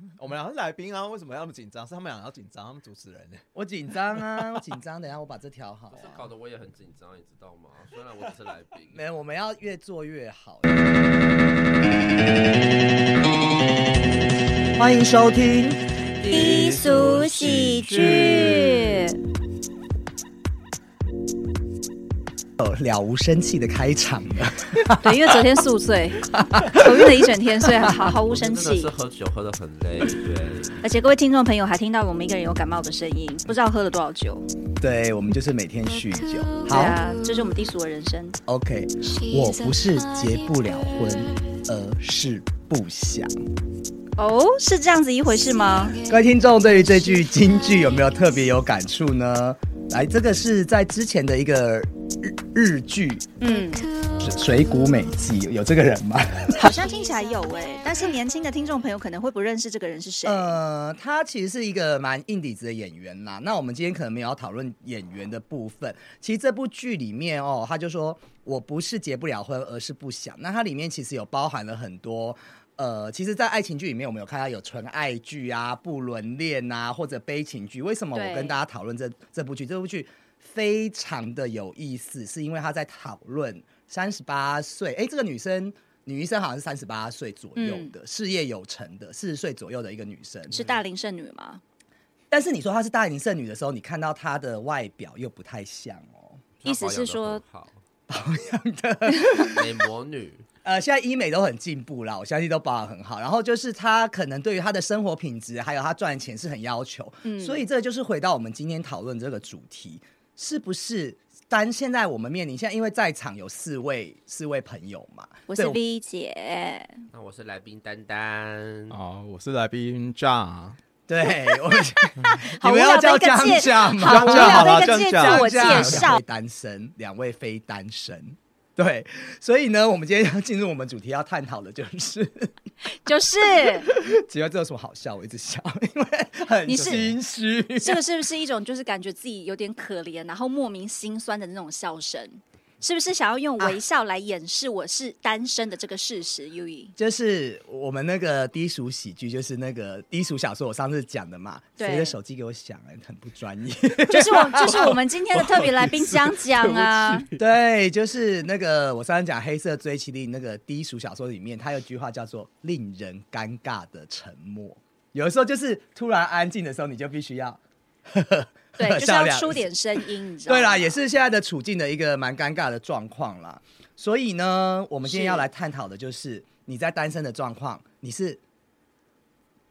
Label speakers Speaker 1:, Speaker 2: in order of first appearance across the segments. Speaker 1: 我们俩是来宾啊，为什么要那么紧张？是他们俩要紧张，他们主持人呢？
Speaker 2: 我紧张啊，我紧张。等一下我把这调好
Speaker 3: 这
Speaker 2: 啊、
Speaker 3: 搞得我也很紧张，你知道吗？ 虽然我只是来宾，
Speaker 2: 没有，我们要越做越好。欢迎收听，
Speaker 4: 低俗喜剧。
Speaker 2: 呃，了无生气的开场了。
Speaker 4: 对，因为昨天宿 醉，头晕了一整天，所以好毫无
Speaker 3: 真
Speaker 4: 生
Speaker 3: 的
Speaker 4: 气
Speaker 3: 是。喝酒喝得很累，对，
Speaker 4: 而且各位听众朋友还听到我们一个人有感冒的声音，不知道喝了多少酒。
Speaker 2: 对，我们就是每天酗酒。
Speaker 4: 对
Speaker 2: 好、
Speaker 4: 啊，这是我们低俗的人生。
Speaker 2: o k 我不是结不了婚，而是不想。
Speaker 4: 哦，是这样子一回事吗？
Speaker 2: 各位听众，对于这句京剧有没有特别有感触呢？来，这个是在之前的一个日日剧
Speaker 4: 嗯，
Speaker 2: 《水谷美纪》，有这个人吗？
Speaker 4: 好像听起来有哎、但是年轻的听众朋友可能会不认识这个人是谁。
Speaker 2: 呃，他其实是一个蛮硬底子的演员啦。那我们今天可能没有要讨论演员的部分。其实这部剧里面哦，他就说我不是结不了婚，而是不想。那它里面其实有包含了很多。呃，其实，在爱情剧里面，我们有看到有纯爱剧啊、不伦恋啊，或者悲情剧。为什么我
Speaker 4: 对
Speaker 2: 跟大家讨论这这部剧？这部剧非常的有意思，是因为他在讨论三十八岁，哎，这个女生女医生好像是三十八岁左右
Speaker 4: 嗯
Speaker 2: 的、事业有成的四十岁左右的一个女生。
Speaker 4: 是大龄剩女吗？
Speaker 2: 但是你说她是大龄剩女的时候，你看到她的外表又不太像哦。
Speaker 4: 意思是说
Speaker 3: 保养 的美魔女，
Speaker 2: 呃，现在医美都很进步啦，我相信都保养很好。然后就是她可能对于她的生活品质，还有她赚钱是很要求，
Speaker 4: 嗯
Speaker 2: 所以这就是回到我们今天讨论这个主题，是不是？但现在我们面临，现在因为在场有四位四位朋友嘛，
Speaker 4: 我是
Speaker 2: 对
Speaker 4: V 姐，
Speaker 3: 那我是来宾丹丹，
Speaker 1: 哦，我是来宾 John，
Speaker 2: 啊对， 我们你
Speaker 4: 好无
Speaker 2: 们
Speaker 4: 聊
Speaker 2: 要
Speaker 4: 的
Speaker 2: 叫
Speaker 4: 一
Speaker 2: 江
Speaker 4: 个介，
Speaker 2: 讲吗？
Speaker 4: 好无聊的一个介
Speaker 1: 这样讲
Speaker 4: 自
Speaker 1: 啊
Speaker 4: 我
Speaker 2: 这样
Speaker 4: 介
Speaker 2: 两
Speaker 4: 绍
Speaker 2: 位。单身，两位非单身。对，所以呢，我们今天要进入我们主题要探讨的就是，
Speaker 4: 就是
Speaker 2: 只要这有什么好笑，我一直笑， 因为很
Speaker 4: 你是
Speaker 2: 心虚。
Speaker 4: 这个是不是一种就是感觉自己有点可怜，然后莫名心酸的那种笑声？是不是想要用微笑来掩饰我是单身的这个事实？优以
Speaker 2: 就是我们那个低俗喜剧，就是那个低俗小说，我上次讲的嘛。
Speaker 4: 对
Speaker 2: 谁的手机给我响、哎很不专业。
Speaker 4: 就是我，就是 我们今天的特别来宾江江啊，
Speaker 2: 对，就是那个我上次讲《黑色追妻令》那个低俗小说里面，它有句话叫做“令人尴尬的沉默”。有的时候就是突然安静的时候，你就必须要
Speaker 4: 对，就是
Speaker 2: 笑
Speaker 4: 要
Speaker 2: 两
Speaker 4: 出点声音，你知道吗？
Speaker 2: 对啦，也是现在的处境的一个蛮尴尬的状况啦。所以呢，我们今天
Speaker 4: 是
Speaker 2: 要来探讨的就是你在单身的状况，你是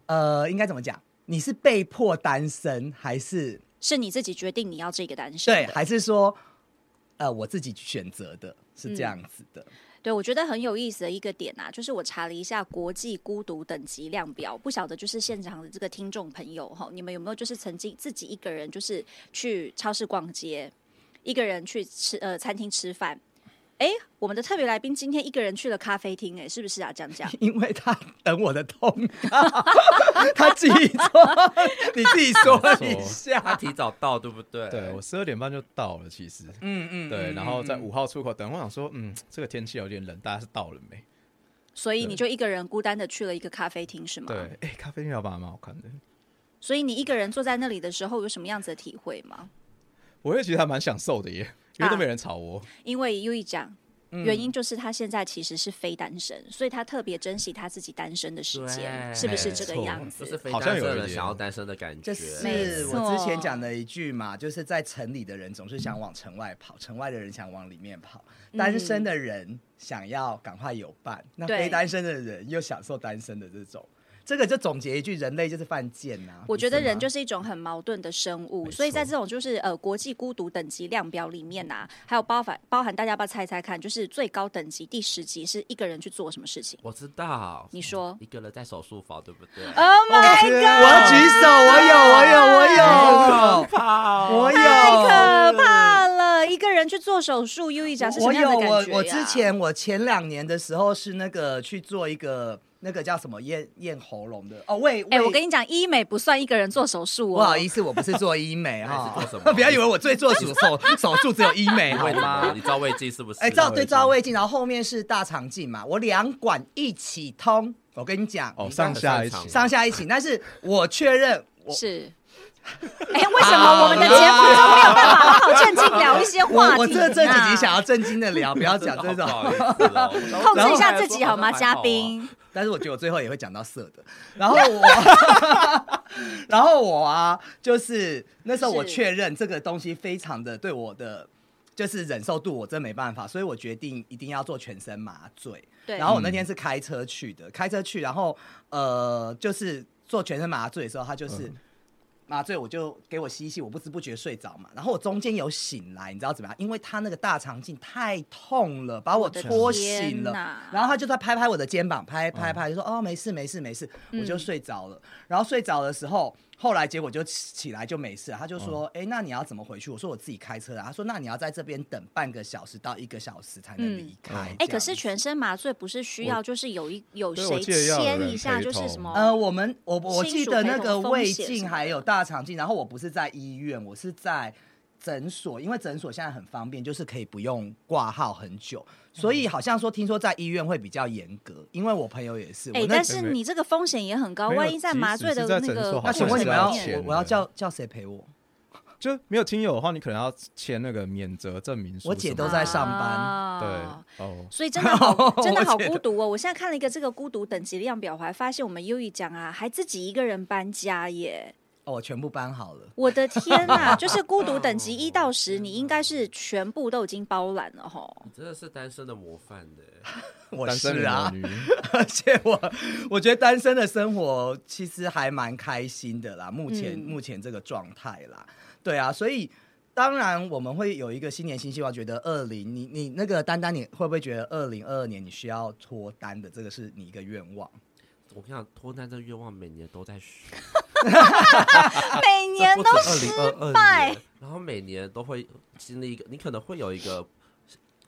Speaker 2: 呃，应该怎么讲？你是被迫单身，还是
Speaker 4: 是你自己决定你要这个单身
Speaker 2: 对，
Speaker 4: 的。
Speaker 2: 还是说呃，我自己选择的，是这样子的？
Speaker 4: 对，我觉得很有意思的一个点啊，就是我查了一下国际孤独等级量表，不晓得就是现场的这个听众朋友哈，你们有没有就是曾经自己一个人就是去超市逛街，一个人去吃呃餐厅吃饭？哎，我们的特别来宾今天一个人去了咖啡厅，哎，是不是啊？这样讲
Speaker 2: 因为他等我的通告，他记错，你自己说一
Speaker 3: 他
Speaker 2: 下。
Speaker 3: 提早到对不对？
Speaker 1: 对我十二点半就到了，其实，
Speaker 2: 嗯嗯
Speaker 1: 对，然后在
Speaker 2: 嗯
Speaker 1: 五号出口等。我想说，嗯，这个天气有点冷，大家是到了没？
Speaker 2: 嗯
Speaker 4: 所以你就一个人孤单的去了一个咖啡厅是吗？
Speaker 1: 对，哎、咖啡店老板还蛮好看的。
Speaker 4: 所以你一个人坐在那里的时候有什么样子的体会吗？
Speaker 1: 我也觉得还蛮享受的耶，因为都没人吵 我。
Speaker 4: 因为优一讲，原因就是他现在其实是非单身，所以他特别珍惜他自己单身的时间，
Speaker 3: 对
Speaker 4: 是不是
Speaker 1: 没
Speaker 4: 这个
Speaker 1: 错
Speaker 4: 样
Speaker 3: 就
Speaker 4: 子？
Speaker 3: 是非
Speaker 1: 好像
Speaker 3: 单
Speaker 1: 有一
Speaker 3: 身人
Speaker 1: 点
Speaker 3: 想要单身的感觉
Speaker 2: 这，
Speaker 4: 没
Speaker 2: 是
Speaker 4: 错
Speaker 2: 我之前讲的一句嘛，就是在城里的人总是想往城外跑，城外的人想往里面跑，
Speaker 4: 嗯
Speaker 2: 单身的人想要赶快有伴，那
Speaker 4: 对
Speaker 2: 非单身的人又享受单身的这种，这个就总结一句：人类就是犯贱呐、
Speaker 4: 我觉得人就是是一种很矛盾的生物，
Speaker 1: 没
Speaker 4: 所以在
Speaker 1: 错
Speaker 4: 这种就是呃国际孤独等级量表里面呐、还有包含包含大家要不要猜猜看，就是最高等级第十级是一个人去做什么事情？
Speaker 3: 我知道，
Speaker 4: 你说
Speaker 3: 一个人在手术房对不对？
Speaker 4: ？Oh
Speaker 1: 哦
Speaker 4: my god！
Speaker 2: 我要
Speaker 1: 啊
Speaker 2: 举手，我有，我有，我有，
Speaker 3: 怕
Speaker 2: 我有，
Speaker 4: 太可怕了！一个人去做手术，优一讲是什
Speaker 2: 我
Speaker 4: 么
Speaker 2: 有
Speaker 4: 样的感
Speaker 2: 我
Speaker 4: 觉啊
Speaker 2: 我
Speaker 4: 呀
Speaker 2: 之前我前两年的时候是那个去做一个那个叫什么验验喉咙的哦喂
Speaker 4: 哎、
Speaker 2: 喂
Speaker 4: 我跟你讲，医美不算一个人做手术哦。
Speaker 2: 不好意思，我不是做医美
Speaker 3: 那你
Speaker 2: 哈
Speaker 3: 是做什，么
Speaker 2: 不要以为我最做 手手手术只有医美好
Speaker 3: 胃吗？
Speaker 2: 吗哎
Speaker 3: 你？知道胃镜是不是？
Speaker 2: 哎，照对照胃镜，然后后面是大肠镜嘛，我两管一起通，我跟你讲，
Speaker 1: 哦，
Speaker 3: 你
Speaker 1: 上
Speaker 3: 刚才
Speaker 1: 下
Speaker 3: 擅
Speaker 1: 一
Speaker 3: 长
Speaker 1: 起，
Speaker 2: 上下一起。但是我确认，我
Speaker 4: 是。哎、为什么我们的节目中没有办法好好正经聊一些话题、啊
Speaker 2: 我我这这几集想要正经的聊，不要讲这
Speaker 3: 不
Speaker 2: 种。
Speaker 3: 好意思哦，
Speaker 4: 控制一下自己好吗，
Speaker 3: 啊
Speaker 4: 嘉宾？
Speaker 2: 但是我觉得我最后也会讲到色的。然后我， 然后我啊，就是那时候我
Speaker 4: 是
Speaker 2: 确认这个东西非常的对我的。就是忍受度，我真没办法，所以我决定一定要做全身麻醉。
Speaker 4: 对，
Speaker 2: 然后我那天是开车去的，开车去，然后呃，就是做全身麻醉的时候，他就是、麻醉，我就给我吸一吸，我不知不觉睡着嘛。然后我中间有醒来，你知道怎么样？因为他那个大肠镜太痛了，把我
Speaker 4: 我的
Speaker 2: 拖
Speaker 4: 天
Speaker 2: 醒了
Speaker 4: 哪。
Speaker 2: 然后他就在拍拍我的肩膀，拍拍拍，就说哦没事没事没事，
Speaker 4: 嗯
Speaker 2: 我就睡着了。然后睡着的时候。后来结果就起起来就没事了，他就说：“哎、那你要怎么回去？”我说：“我自己开车啊。”他说：“那你要在这边等半个小时到一个小时才能
Speaker 4: 嗯
Speaker 2: 离开。
Speaker 4: 哎、
Speaker 2: 这
Speaker 4: 可
Speaker 2: 样子
Speaker 4: 是全身麻醉不是需要，就是有一有
Speaker 1: 对我
Speaker 4: 谁
Speaker 1: 记得要有
Speaker 4: 签
Speaker 1: 人
Speaker 4: 一下，
Speaker 1: 陪
Speaker 4: 就是
Speaker 1: 同
Speaker 4: 什么？
Speaker 2: 呃，我们我我
Speaker 4: 亲
Speaker 2: 记
Speaker 4: 哦属
Speaker 2: 得
Speaker 4: 陪
Speaker 2: 那
Speaker 4: 同
Speaker 2: 个
Speaker 4: 风
Speaker 2: 胃
Speaker 4: 险什
Speaker 2: 镜
Speaker 4: 么
Speaker 2: 还有
Speaker 4: 的
Speaker 2: 大肠镜，然后我不是在医院，我是在诊所，因为诊所现在很方便，就是可以不用挂号很久，所
Speaker 4: 嗯
Speaker 2: 以好像说听说在医院会比较严格，因为我朋友也是。
Speaker 4: 哎、
Speaker 2: 我那
Speaker 4: 但是你这个风险也很高，
Speaker 1: 没有
Speaker 4: 万一在
Speaker 1: 即
Speaker 4: 麻
Speaker 1: 使
Speaker 4: 醉
Speaker 1: 是
Speaker 4: 的
Speaker 1: 在
Speaker 4: 那
Speaker 1: 诊
Speaker 4: 个
Speaker 1: 所好
Speaker 4: 过
Speaker 2: 那
Speaker 1: 像
Speaker 2: 请
Speaker 4: 程
Speaker 2: 问
Speaker 1: 是
Speaker 2: 你们
Speaker 1: 要
Speaker 2: 要
Speaker 4: 里
Speaker 1: 钱
Speaker 4: 面，
Speaker 2: 我
Speaker 1: 的
Speaker 2: 我要叫叫谁陪我？
Speaker 1: 就没有听友的话，你可能要签那个免责证明书。
Speaker 2: 我姐都在上班
Speaker 1: 对
Speaker 4: 啊。
Speaker 1: 哦，
Speaker 4: 所以真的好，真的好
Speaker 2: 我觉得
Speaker 4: 孤独哦！我现在看了一个这个孤独等级量表，我还发现我们优一讲啊，还自己一个人搬家耶！
Speaker 2: 哦，我全部搬好了。
Speaker 4: 我的天呐、就是孤独等 级一到十，你应该是全部都已经包揽了吼。
Speaker 3: 你真的是单身的模范的，欸
Speaker 2: 我
Speaker 1: 单身
Speaker 2: 是啊
Speaker 1: 的， 女，
Speaker 2: 而且我我觉得单身的生活其实还蛮开心的啦，目前、
Speaker 4: 嗯
Speaker 2: 目前这个状态啦，对啊，所以当然我们会有一个新年新希望，觉得二零你你那个丹丹，你会不会觉得二零二二年你需要脱单的这个是你一个愿望？
Speaker 3: 我跟你讲，脱单这愿望每年都在许，啊
Speaker 4: 每年都
Speaker 3: 二
Speaker 4: 失
Speaker 3: 零二二
Speaker 4: 败
Speaker 3: 年，，然后每年都会经历一个，你可能会有一个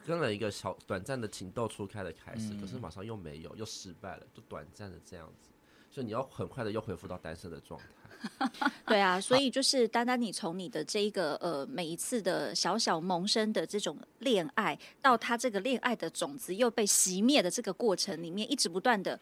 Speaker 3: 跟了一个小短暂的情窦初开的开始，可
Speaker 4: 嗯
Speaker 3: 是马上又没有，又失败了，就短暂的这样子，所以你要很快的又恢复到单身的状态。
Speaker 4: 对啊，所以就是单单你从你的这一个呃每一次的小小萌生的这种恋爱，到他这个恋爱的种子又被熄灭的这个过程里面，一直不断的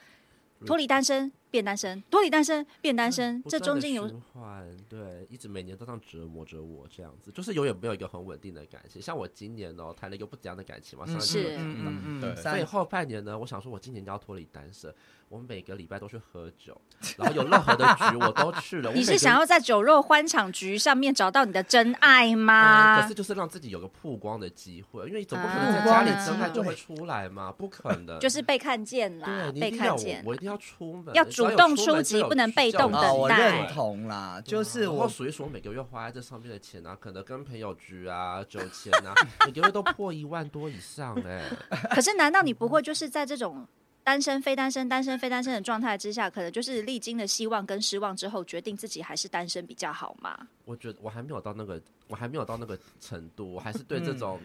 Speaker 4: 脱离单身变单身，脱离单身变单身，
Speaker 3: 嗯不
Speaker 4: 嗯这
Speaker 3: 断
Speaker 4: 中
Speaker 3: 地
Speaker 4: 间有
Speaker 3: 循环，对，一直每年都这样折磨着我，这样子，就是永远没有一个很稳定的感情。像我今年哦，谈了一个不怎样的感
Speaker 2: 嗯
Speaker 3: 情嘛，上一次有
Speaker 4: 嗯是嗯
Speaker 3: 提到
Speaker 1: 对
Speaker 3: 所以后半年呢，我想说，我今年就要脱离单身，我每个礼拜都去喝酒，然后有任何的局我都去了。我
Speaker 4: 你
Speaker 3: 每
Speaker 4: 是
Speaker 3: 个
Speaker 4: 想要在酒肉欢场局上面找到你的真爱
Speaker 3: 嗯，
Speaker 4: 吗
Speaker 3: 可是？就是让自己有个曝光的机会，因为总不可
Speaker 4: 啊
Speaker 3: 能在家里
Speaker 4: 曝
Speaker 3: 真
Speaker 4: 光
Speaker 3: 爱
Speaker 4: 的
Speaker 3: 就
Speaker 2: 机
Speaker 3: 会
Speaker 2: 会
Speaker 3: 出来嘛，不可 能。
Speaker 4: 就是被看见啦
Speaker 3: 对，，啊你一
Speaker 4: 被
Speaker 3: 定要
Speaker 4: 看
Speaker 3: 我
Speaker 4: 见，
Speaker 3: 我一定要出门，
Speaker 4: 要
Speaker 3: 只要
Speaker 4: 主
Speaker 3: 有
Speaker 4: 动
Speaker 3: 出
Speaker 4: 出
Speaker 3: 门就
Speaker 4: 击
Speaker 3: 有
Speaker 4: 不能被
Speaker 3: 就有
Speaker 4: 动
Speaker 3: 出
Speaker 4: 等
Speaker 2: 啊，我
Speaker 4: 待
Speaker 2: 认同啦，就是
Speaker 3: 啊然后
Speaker 2: 我
Speaker 3: 数一数我每个月花在这上面的钱啊，可能跟朋友局啊、酒钱啊，每个月都破一万多以上哎、
Speaker 4: 可是，难道你不会就是在这种单身非单身、单身非单身的状态之下，可能就是历经了希望跟失望之后，决定自己还是单身比较好吗？
Speaker 3: 我觉得我还没有到那个，我还没有到那个程度，我还是对这
Speaker 4: 嗯
Speaker 3: 种、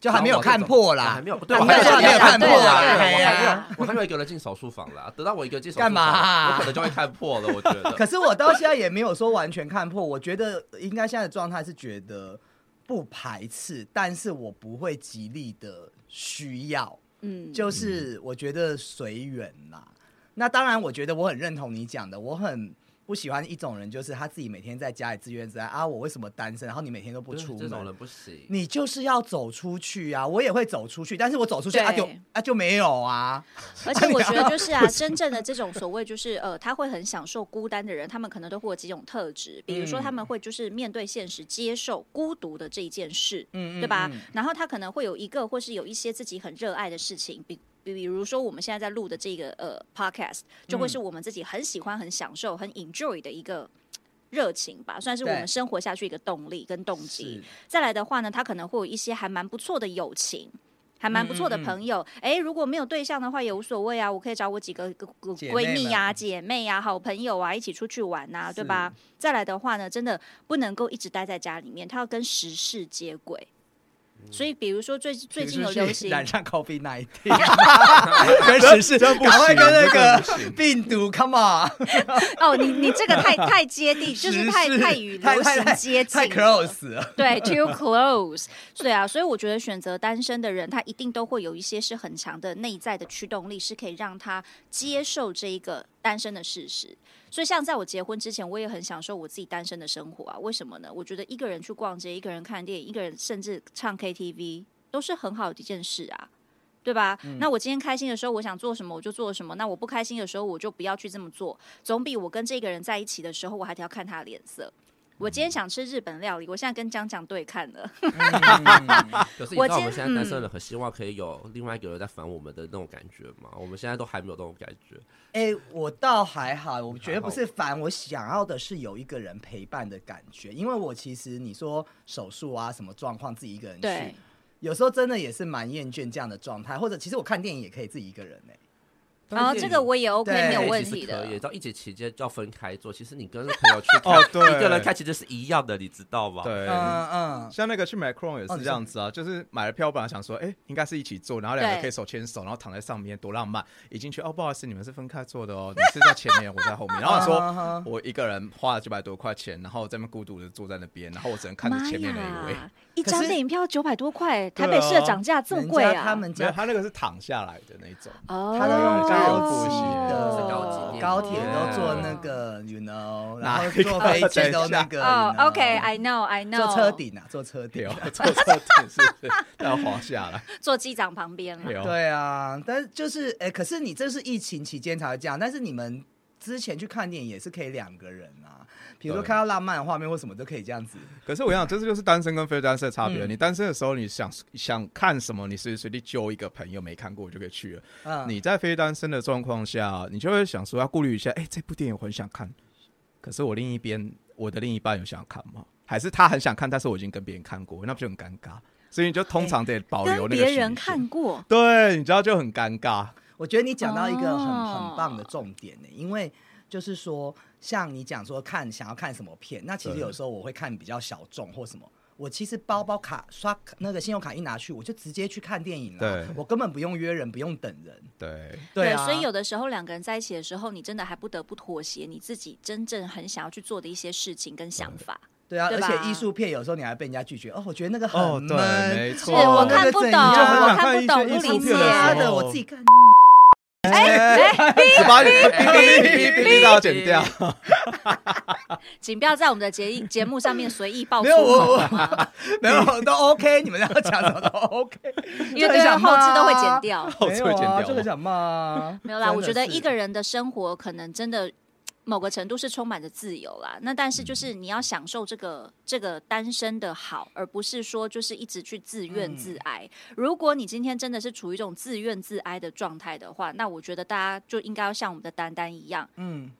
Speaker 2: 就还没有看破
Speaker 3: 我
Speaker 2: 啦
Speaker 3: 还没。有，对
Speaker 2: 还
Speaker 3: 我
Speaker 2: 没有
Speaker 3: 还
Speaker 2: 还没有看
Speaker 3: 对
Speaker 2: 破
Speaker 3: 啦
Speaker 2: 啊
Speaker 3: 对
Speaker 2: 哎
Speaker 3: 我还没
Speaker 2: 呀
Speaker 3: 有，我还没有一个人进手术房啦。等到我一个进手术
Speaker 2: 干
Speaker 3: 房，
Speaker 2: 嘛啊
Speaker 3: 我可能就会看破了。我觉 得，
Speaker 2: 可 是我到现在也没有说完全看破，我觉得应该现在的状态是觉得不排斥，但是我不会极力的需要，
Speaker 4: 嗯，
Speaker 2: 就是我觉得随缘啦。那当然，我觉得我很认同你讲的，我很不喜欢一种人，就是他自己每天在家里自怨自艾啊，我为什么单身？然后你每天都不
Speaker 3: 对
Speaker 2: 出
Speaker 3: 这种人
Speaker 2: 门。
Speaker 3: 不行。
Speaker 2: 你就是要走出去啊！我也会走出去，但是我走出去啊
Speaker 4: 对
Speaker 2: 就啊就没有啊，
Speaker 4: 而且我觉得就是啊，真正的这种所谓就是呃，他会很享受孤单的人，他们可能都会有几种特质，比如说他们
Speaker 2: 嗯
Speaker 4: 会就是面对现实，接受孤独的这一件事，
Speaker 2: 嗯
Speaker 4: 对吧？然后他可能会有一个或是有一些自己很热爱的事情，比。比比如说，我们现在在录的这个呃 podcast，就
Speaker 2: 嗯
Speaker 4: 会是我们自己很喜欢、很享受、很 enjoy 的一个热情吧，算是我
Speaker 2: 对
Speaker 4: 们生活下去一个动力跟动机
Speaker 2: 是。
Speaker 4: 再来的话呢，他可能会有一些还蛮不错的友情。还蛮不错
Speaker 2: 嗯
Speaker 4: 的朋友，哎、如果没有对象的话也无所谓啊，我可以找我几个个个
Speaker 2: 姐妹
Speaker 4: 闺蜜呀、姐妹呀、好朋友啊，一起出去玩呐、对吧？再来的话呢，真的不能够一直待在家里面，他要跟时事接轨。
Speaker 2: 嗯
Speaker 4: 所以比如说最最近有
Speaker 2: 是
Speaker 4: 流
Speaker 2: 去
Speaker 4: 行，
Speaker 2: 染上 COVID 1 9跟时事，赶
Speaker 1: 啊
Speaker 2: 快跟那个病毒 come on，
Speaker 4: 哦，你你这个太太接地，就是太
Speaker 2: 时事
Speaker 4: 太与
Speaker 2: 太
Speaker 4: 流
Speaker 2: 太太
Speaker 4: 行接近
Speaker 2: 太
Speaker 4: 了
Speaker 2: close 了。
Speaker 4: 对，too close，对啊，所以我觉得选择单身的人，他一定都会有一些是很强的内在的驱动力，是可以让他接受这一个单身的事实。所以，像在我结婚之前，我也很享受我自己单身的生活啊。为什么呢？我觉得一个人去逛街，一个人看电影，一个人甚至唱 KTV，都是很好的一件事啊。对吧？那我今天开心的时候，我想做什么我就做什么。那我不开心的时候，我就不要去这么做，总比我跟这个人在一起的时候，我还得要看他的脸色。我今天想吃日本料理，我现在跟江江对看了。
Speaker 3: 可是你
Speaker 4: 我
Speaker 3: 知道我们
Speaker 4: 今
Speaker 3: 现在单
Speaker 4: 嗯
Speaker 3: 身人很希望可以有另外一个人在烦我们的那种感觉吗？我们现在都还没有那种感觉。
Speaker 2: 哎、我倒还好，我觉得不是烦，我想要的是有一个人陪伴的感觉，因为我其实你说手术啊什么状况，自己一个人
Speaker 4: 对
Speaker 2: 去，有时候真的也是蛮厌倦这样的状态，或者其实我看电影也可以自己一个人呢、欸
Speaker 4: 然后这个我也 OK，
Speaker 2: 对
Speaker 4: 没有
Speaker 2: 对
Speaker 4: 问
Speaker 3: 哎其实
Speaker 4: 题
Speaker 3: 可以，
Speaker 4: 的。
Speaker 3: 到疫情期间要分开做，其实你跟朋友去看，
Speaker 1: 哦对
Speaker 3: 一个人看其实是一样的，你知道
Speaker 2: 啊
Speaker 3: 吗？，
Speaker 1: 对，
Speaker 2: 嗯嗯，
Speaker 1: 像那个去 Macron 也
Speaker 2: 哦
Speaker 1: 是
Speaker 2: 你
Speaker 1: 这样子啊，就是买了票，本来想说，哎、应该是一起坐，然后两个可以手牵手，然后躺在上面，多浪漫。一进去，哦，不好意思，你们是分开坐的 哦，你是在前面，我在后面。然后
Speaker 2: 啊哈
Speaker 1: 说，我一个人花了九百多块钱，然后在那边孤独的坐在那边，然后我只能看着前面那
Speaker 2: 啊
Speaker 1: 一位。
Speaker 4: 呀，一
Speaker 2: 可
Speaker 4: 张
Speaker 2: 是
Speaker 4: 电影票九百多块，
Speaker 1: 对
Speaker 4: 台北市的
Speaker 1: 啊
Speaker 4: 涨价这么
Speaker 2: 人
Speaker 4: 贵
Speaker 2: 家
Speaker 4: 啊！
Speaker 2: 他们
Speaker 1: 没有，
Speaker 2: 家
Speaker 1: 他那个是躺下来的那一种。
Speaker 4: 哦，
Speaker 2: 他都用
Speaker 1: 家有
Speaker 2: 高
Speaker 1: 复习
Speaker 2: 级
Speaker 3: 是
Speaker 2: 的
Speaker 3: 高级
Speaker 2: 高
Speaker 3: 电
Speaker 2: 铁
Speaker 3: 梯
Speaker 2: 都坐那
Speaker 4: 哦
Speaker 2: 个，you know，然
Speaker 1: 哪
Speaker 2: 后
Speaker 1: 一
Speaker 2: 坐
Speaker 1: 个
Speaker 2: 飞机都那个
Speaker 4: 哦
Speaker 2: ，you know
Speaker 4: ，OK，I know，I know，
Speaker 2: 坐车，顶啊，坐车顶
Speaker 1: 对哦， 坐车顶是不是 要滑下来。
Speaker 4: 坐机长旁边了
Speaker 1: 对。哦，
Speaker 2: 对啊，但是就是哎、可是你这是疫情期间才会这样，但是你们之前去看电影也是可以两个人啊，比如说
Speaker 1: 对
Speaker 2: 看到浪漫的画面或什么都可以这样子。
Speaker 1: 可是我想，这就是单身跟非单身的差别。
Speaker 2: 嗯
Speaker 1: 你单身的时候，你想想看什么，你随时随地揪一个朋友没看过就可以去了。
Speaker 2: 嗯，
Speaker 1: 你在非单身的状况下，你就会想说要顾虑一下，哎、这部电影我很想看，可是我另一边我的另一半有想看吗？还是他很想看，但是我已经跟别人看过，那不就很尴尬？所以你就通常得保留那
Speaker 4: 跟
Speaker 1: 个、
Speaker 4: 别人看，过，
Speaker 1: 对，你知道就很尴尬。
Speaker 2: 我觉得你讲到一个很、
Speaker 4: 哦
Speaker 2: 很棒的重点呢、因为就是说，像你讲说看想要看什么片，那其实
Speaker 1: 对
Speaker 2: 有时候我会看比较小众或什么。我其实包包卡刷卡那个信用卡一拿去，我就直接去看电影了。
Speaker 1: 对
Speaker 2: 我根本不用约人，不用等人。
Speaker 1: 对，
Speaker 2: 啊，
Speaker 4: 所以有的时候两个人在一起的时候，你真的还不得不妥协你自己真正很想要去做的一些事情跟想法。
Speaker 2: 对啊，
Speaker 4: 对
Speaker 2: 而
Speaker 4: 吧
Speaker 2: 且艺术片有时候你还被人家拒绝哦，我觉得那个很
Speaker 1: 哦
Speaker 2: 闷，
Speaker 1: 对啊没
Speaker 2: 哦
Speaker 1: 错
Speaker 4: 是我
Speaker 2: 那个
Speaker 4: 看不
Speaker 2: 怎
Speaker 4: 懂，
Speaker 2: 样
Speaker 1: 就很
Speaker 4: 我
Speaker 1: 想
Speaker 4: 看
Speaker 1: 看
Speaker 4: 不
Speaker 1: 一
Speaker 4: 懂，
Speaker 1: 些
Speaker 4: 不
Speaker 1: 艺术
Speaker 4: 理
Speaker 1: 片
Speaker 4: 解啊
Speaker 1: 的。时
Speaker 2: 妈的，
Speaker 1: 候
Speaker 2: 啊我自己看
Speaker 1: 只把你的哔哔哔哔哔到剪掉。
Speaker 4: 请不要在我们的节 节目上面随意爆粗
Speaker 2: 没有我
Speaker 4: 口
Speaker 2: 我
Speaker 4: 好吗？
Speaker 2: 没有都 OK，你们要讲什么都 OK，
Speaker 4: 因为
Speaker 2: 就很
Speaker 4: 对
Speaker 2: 想
Speaker 4: 后
Speaker 2: 骂
Speaker 4: 置
Speaker 2: 啊
Speaker 4: 都会剪掉。
Speaker 1: 后
Speaker 2: 没
Speaker 1: 置
Speaker 2: 有
Speaker 1: 会剪
Speaker 2: 啊，
Speaker 1: 掉
Speaker 2: 就很想骂啊。
Speaker 4: 没有啦，我觉得一个
Speaker 2: 人
Speaker 4: 人的生活可能真的某个程度是充满着自由啦。那但是就是你要享受这个、这个单身的好，而不是说就是一直去自怨自哀。
Speaker 2: 嗯
Speaker 4: 如果你今天真的是处于一种自怨自哀的状态的话，那我觉得大家就应该要像我们的丹丹一样，
Speaker 2: 嗯，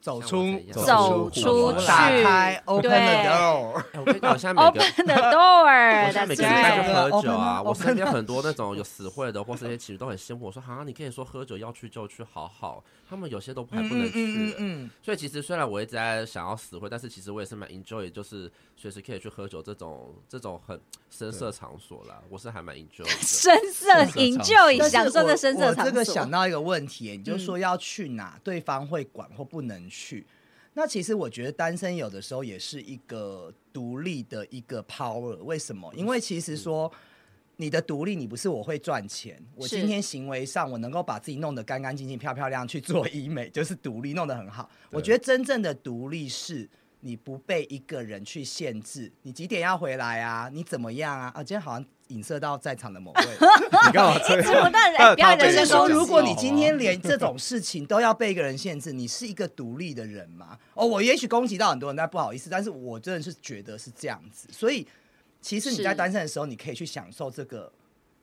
Speaker 2: 走
Speaker 3: 像我
Speaker 2: 出
Speaker 3: 这样
Speaker 4: 走
Speaker 1: 出
Speaker 4: 去
Speaker 2: 打开 open the
Speaker 4: 对
Speaker 2: door，
Speaker 3: 哎我跟你讲，我现在
Speaker 2: 哦
Speaker 3: 每个
Speaker 4: Open the
Speaker 3: 我
Speaker 4: door，
Speaker 3: 现在
Speaker 4: that's
Speaker 3: 每个礼拜
Speaker 4: right。
Speaker 3: 就喝酒
Speaker 2: Open
Speaker 3: 啊，
Speaker 2: up，
Speaker 3: 我身边很多那种有死会的或是那些情侣都很羡慕我说，哈，你可以说喝酒要去就去，好好。他们有些都还不能去，
Speaker 2: 嗯，
Speaker 3: 所以其实虽然我一直在想要死会，但是其实我也是蛮 enjoy，就是随时可以去喝酒这种这种很深色场所啦，我是还蛮 enjoy 的。
Speaker 4: 深色
Speaker 1: 深色场
Speaker 2: 但
Speaker 4: enjoy
Speaker 2: 是
Speaker 4: 享受
Speaker 2: 我
Speaker 4: 这深色
Speaker 2: 我
Speaker 4: 场
Speaker 2: 这个
Speaker 4: 所嗯
Speaker 2: 想，到一个问题，你就说要去哪，对方会管或不能去。那其实我觉得单身有的时候也是一个独立的一个 power，为什么？因为其实
Speaker 4: 嗯
Speaker 2: 说你的独立，你不是我会赚钱，我
Speaker 4: 是
Speaker 2: 今天行为上我能够把自己弄得干干净净、漂漂亮去做医美，就是独立弄得很好。我觉得真正的独立是。你不被一个人去限制，你几点要回来啊？你怎么样啊？啊，今天好像影射到在场的某位，
Speaker 1: 你干嘛这
Speaker 4: 一直不
Speaker 1: 样？
Speaker 4: 断地
Speaker 1: 他
Speaker 4: 哎
Speaker 1: 有
Speaker 4: 不要
Speaker 1: 他
Speaker 4: 人
Speaker 1: 被
Speaker 2: 就是
Speaker 1: 人
Speaker 4: 身
Speaker 2: 说，
Speaker 4: 攻击
Speaker 2: 如果你
Speaker 1: 哦
Speaker 2: 今天连这种事情都要被一个人限制，你是一个独立的人吗？哦，我也许攻击到很多人，但不好意思，但是我真的是觉得是这样子。所以，其实你
Speaker 4: 是
Speaker 2: 在单身的时候，你可以去享受这个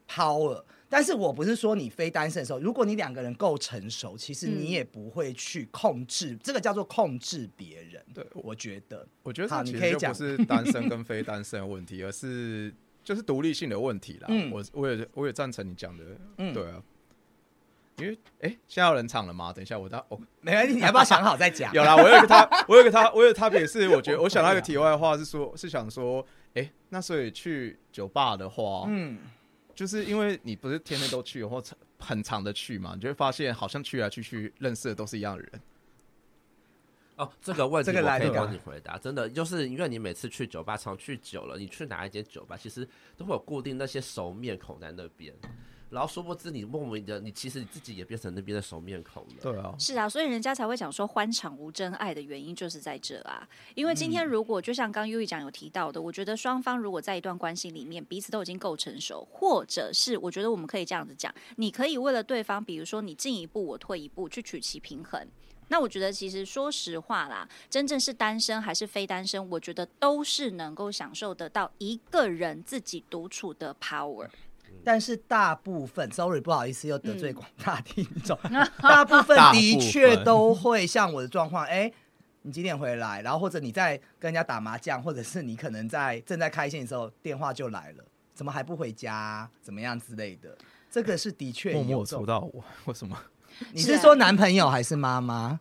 Speaker 2: power。但是我不是说你非单身的时候，如果你两个人够成熟，其实你
Speaker 4: 嗯
Speaker 2: 也不会去控制，这个叫做控制别人。
Speaker 1: 对
Speaker 2: 我觉得，
Speaker 1: 我觉得
Speaker 2: 好
Speaker 1: 这
Speaker 2: 你
Speaker 1: 其
Speaker 2: 可以
Speaker 1: 实就
Speaker 2: 讲
Speaker 1: 不是单身跟非单身的问题，而是 就是独立性的问题啦。
Speaker 2: 嗯
Speaker 1: 我我也我也赞成你讲的，
Speaker 2: 嗯
Speaker 1: 对啊。因为哎、现在有人场了吗？等一下我到哦，
Speaker 2: 没关系，你要不 要想好再讲？
Speaker 1: 有啦，我有一个 他，我有一个他，我有一个他别是，我觉得我想到一个题外话是
Speaker 2: 啊
Speaker 1: 说，是想说，哎、那所以去酒吧的话，
Speaker 2: 嗯，
Speaker 1: 就是因为你不是天天都去，或长很长的去嘛，你就会发现好像去来去去认识的都是一样的人。
Speaker 3: 哦，这个问题
Speaker 2: 这个
Speaker 3: 我
Speaker 2: 来
Speaker 3: 可以
Speaker 2: 得赶
Speaker 3: 帮你回答，真的就是因为你每次去酒吧，常去久了，你去哪一间酒吧，其实都会有固定那些熟面孔在那边，然后殊不知你莫名的，你其实你自己也变成那边的熟面孔了。
Speaker 1: 对啊，
Speaker 4: 是啊，所以人家才会讲说欢场无真爱的原因就是在这啊。因为今
Speaker 1: 嗯
Speaker 4: 天如果、就像刚 U 一讲有提到的，我觉得双方如果在一段关系里面彼此都已经够成熟，或者是我觉得我们可以这样子讲，你可以为了对方，比如说你进一步我退一步，去取其平衡。那我觉得，其实说实话啦，真正是单身还是非单身，我觉得都是能够享受得到一个人自己独处的 power。
Speaker 2: 但是大部分，sorry，不好意思，又得
Speaker 4: 嗯
Speaker 2: 罪广大听 众，大部分的确都会像我的状况，哎、你几点回来？然后或者你在跟人家打麻将，或者是你可能在正在开心的时候，电话就来了，怎么还不回家、怎么样之类的，这个是的确
Speaker 1: 默
Speaker 2: 有
Speaker 1: 默
Speaker 2: 这种
Speaker 1: 戳到我，为什么？
Speaker 2: 你是说男朋友还是妈妈？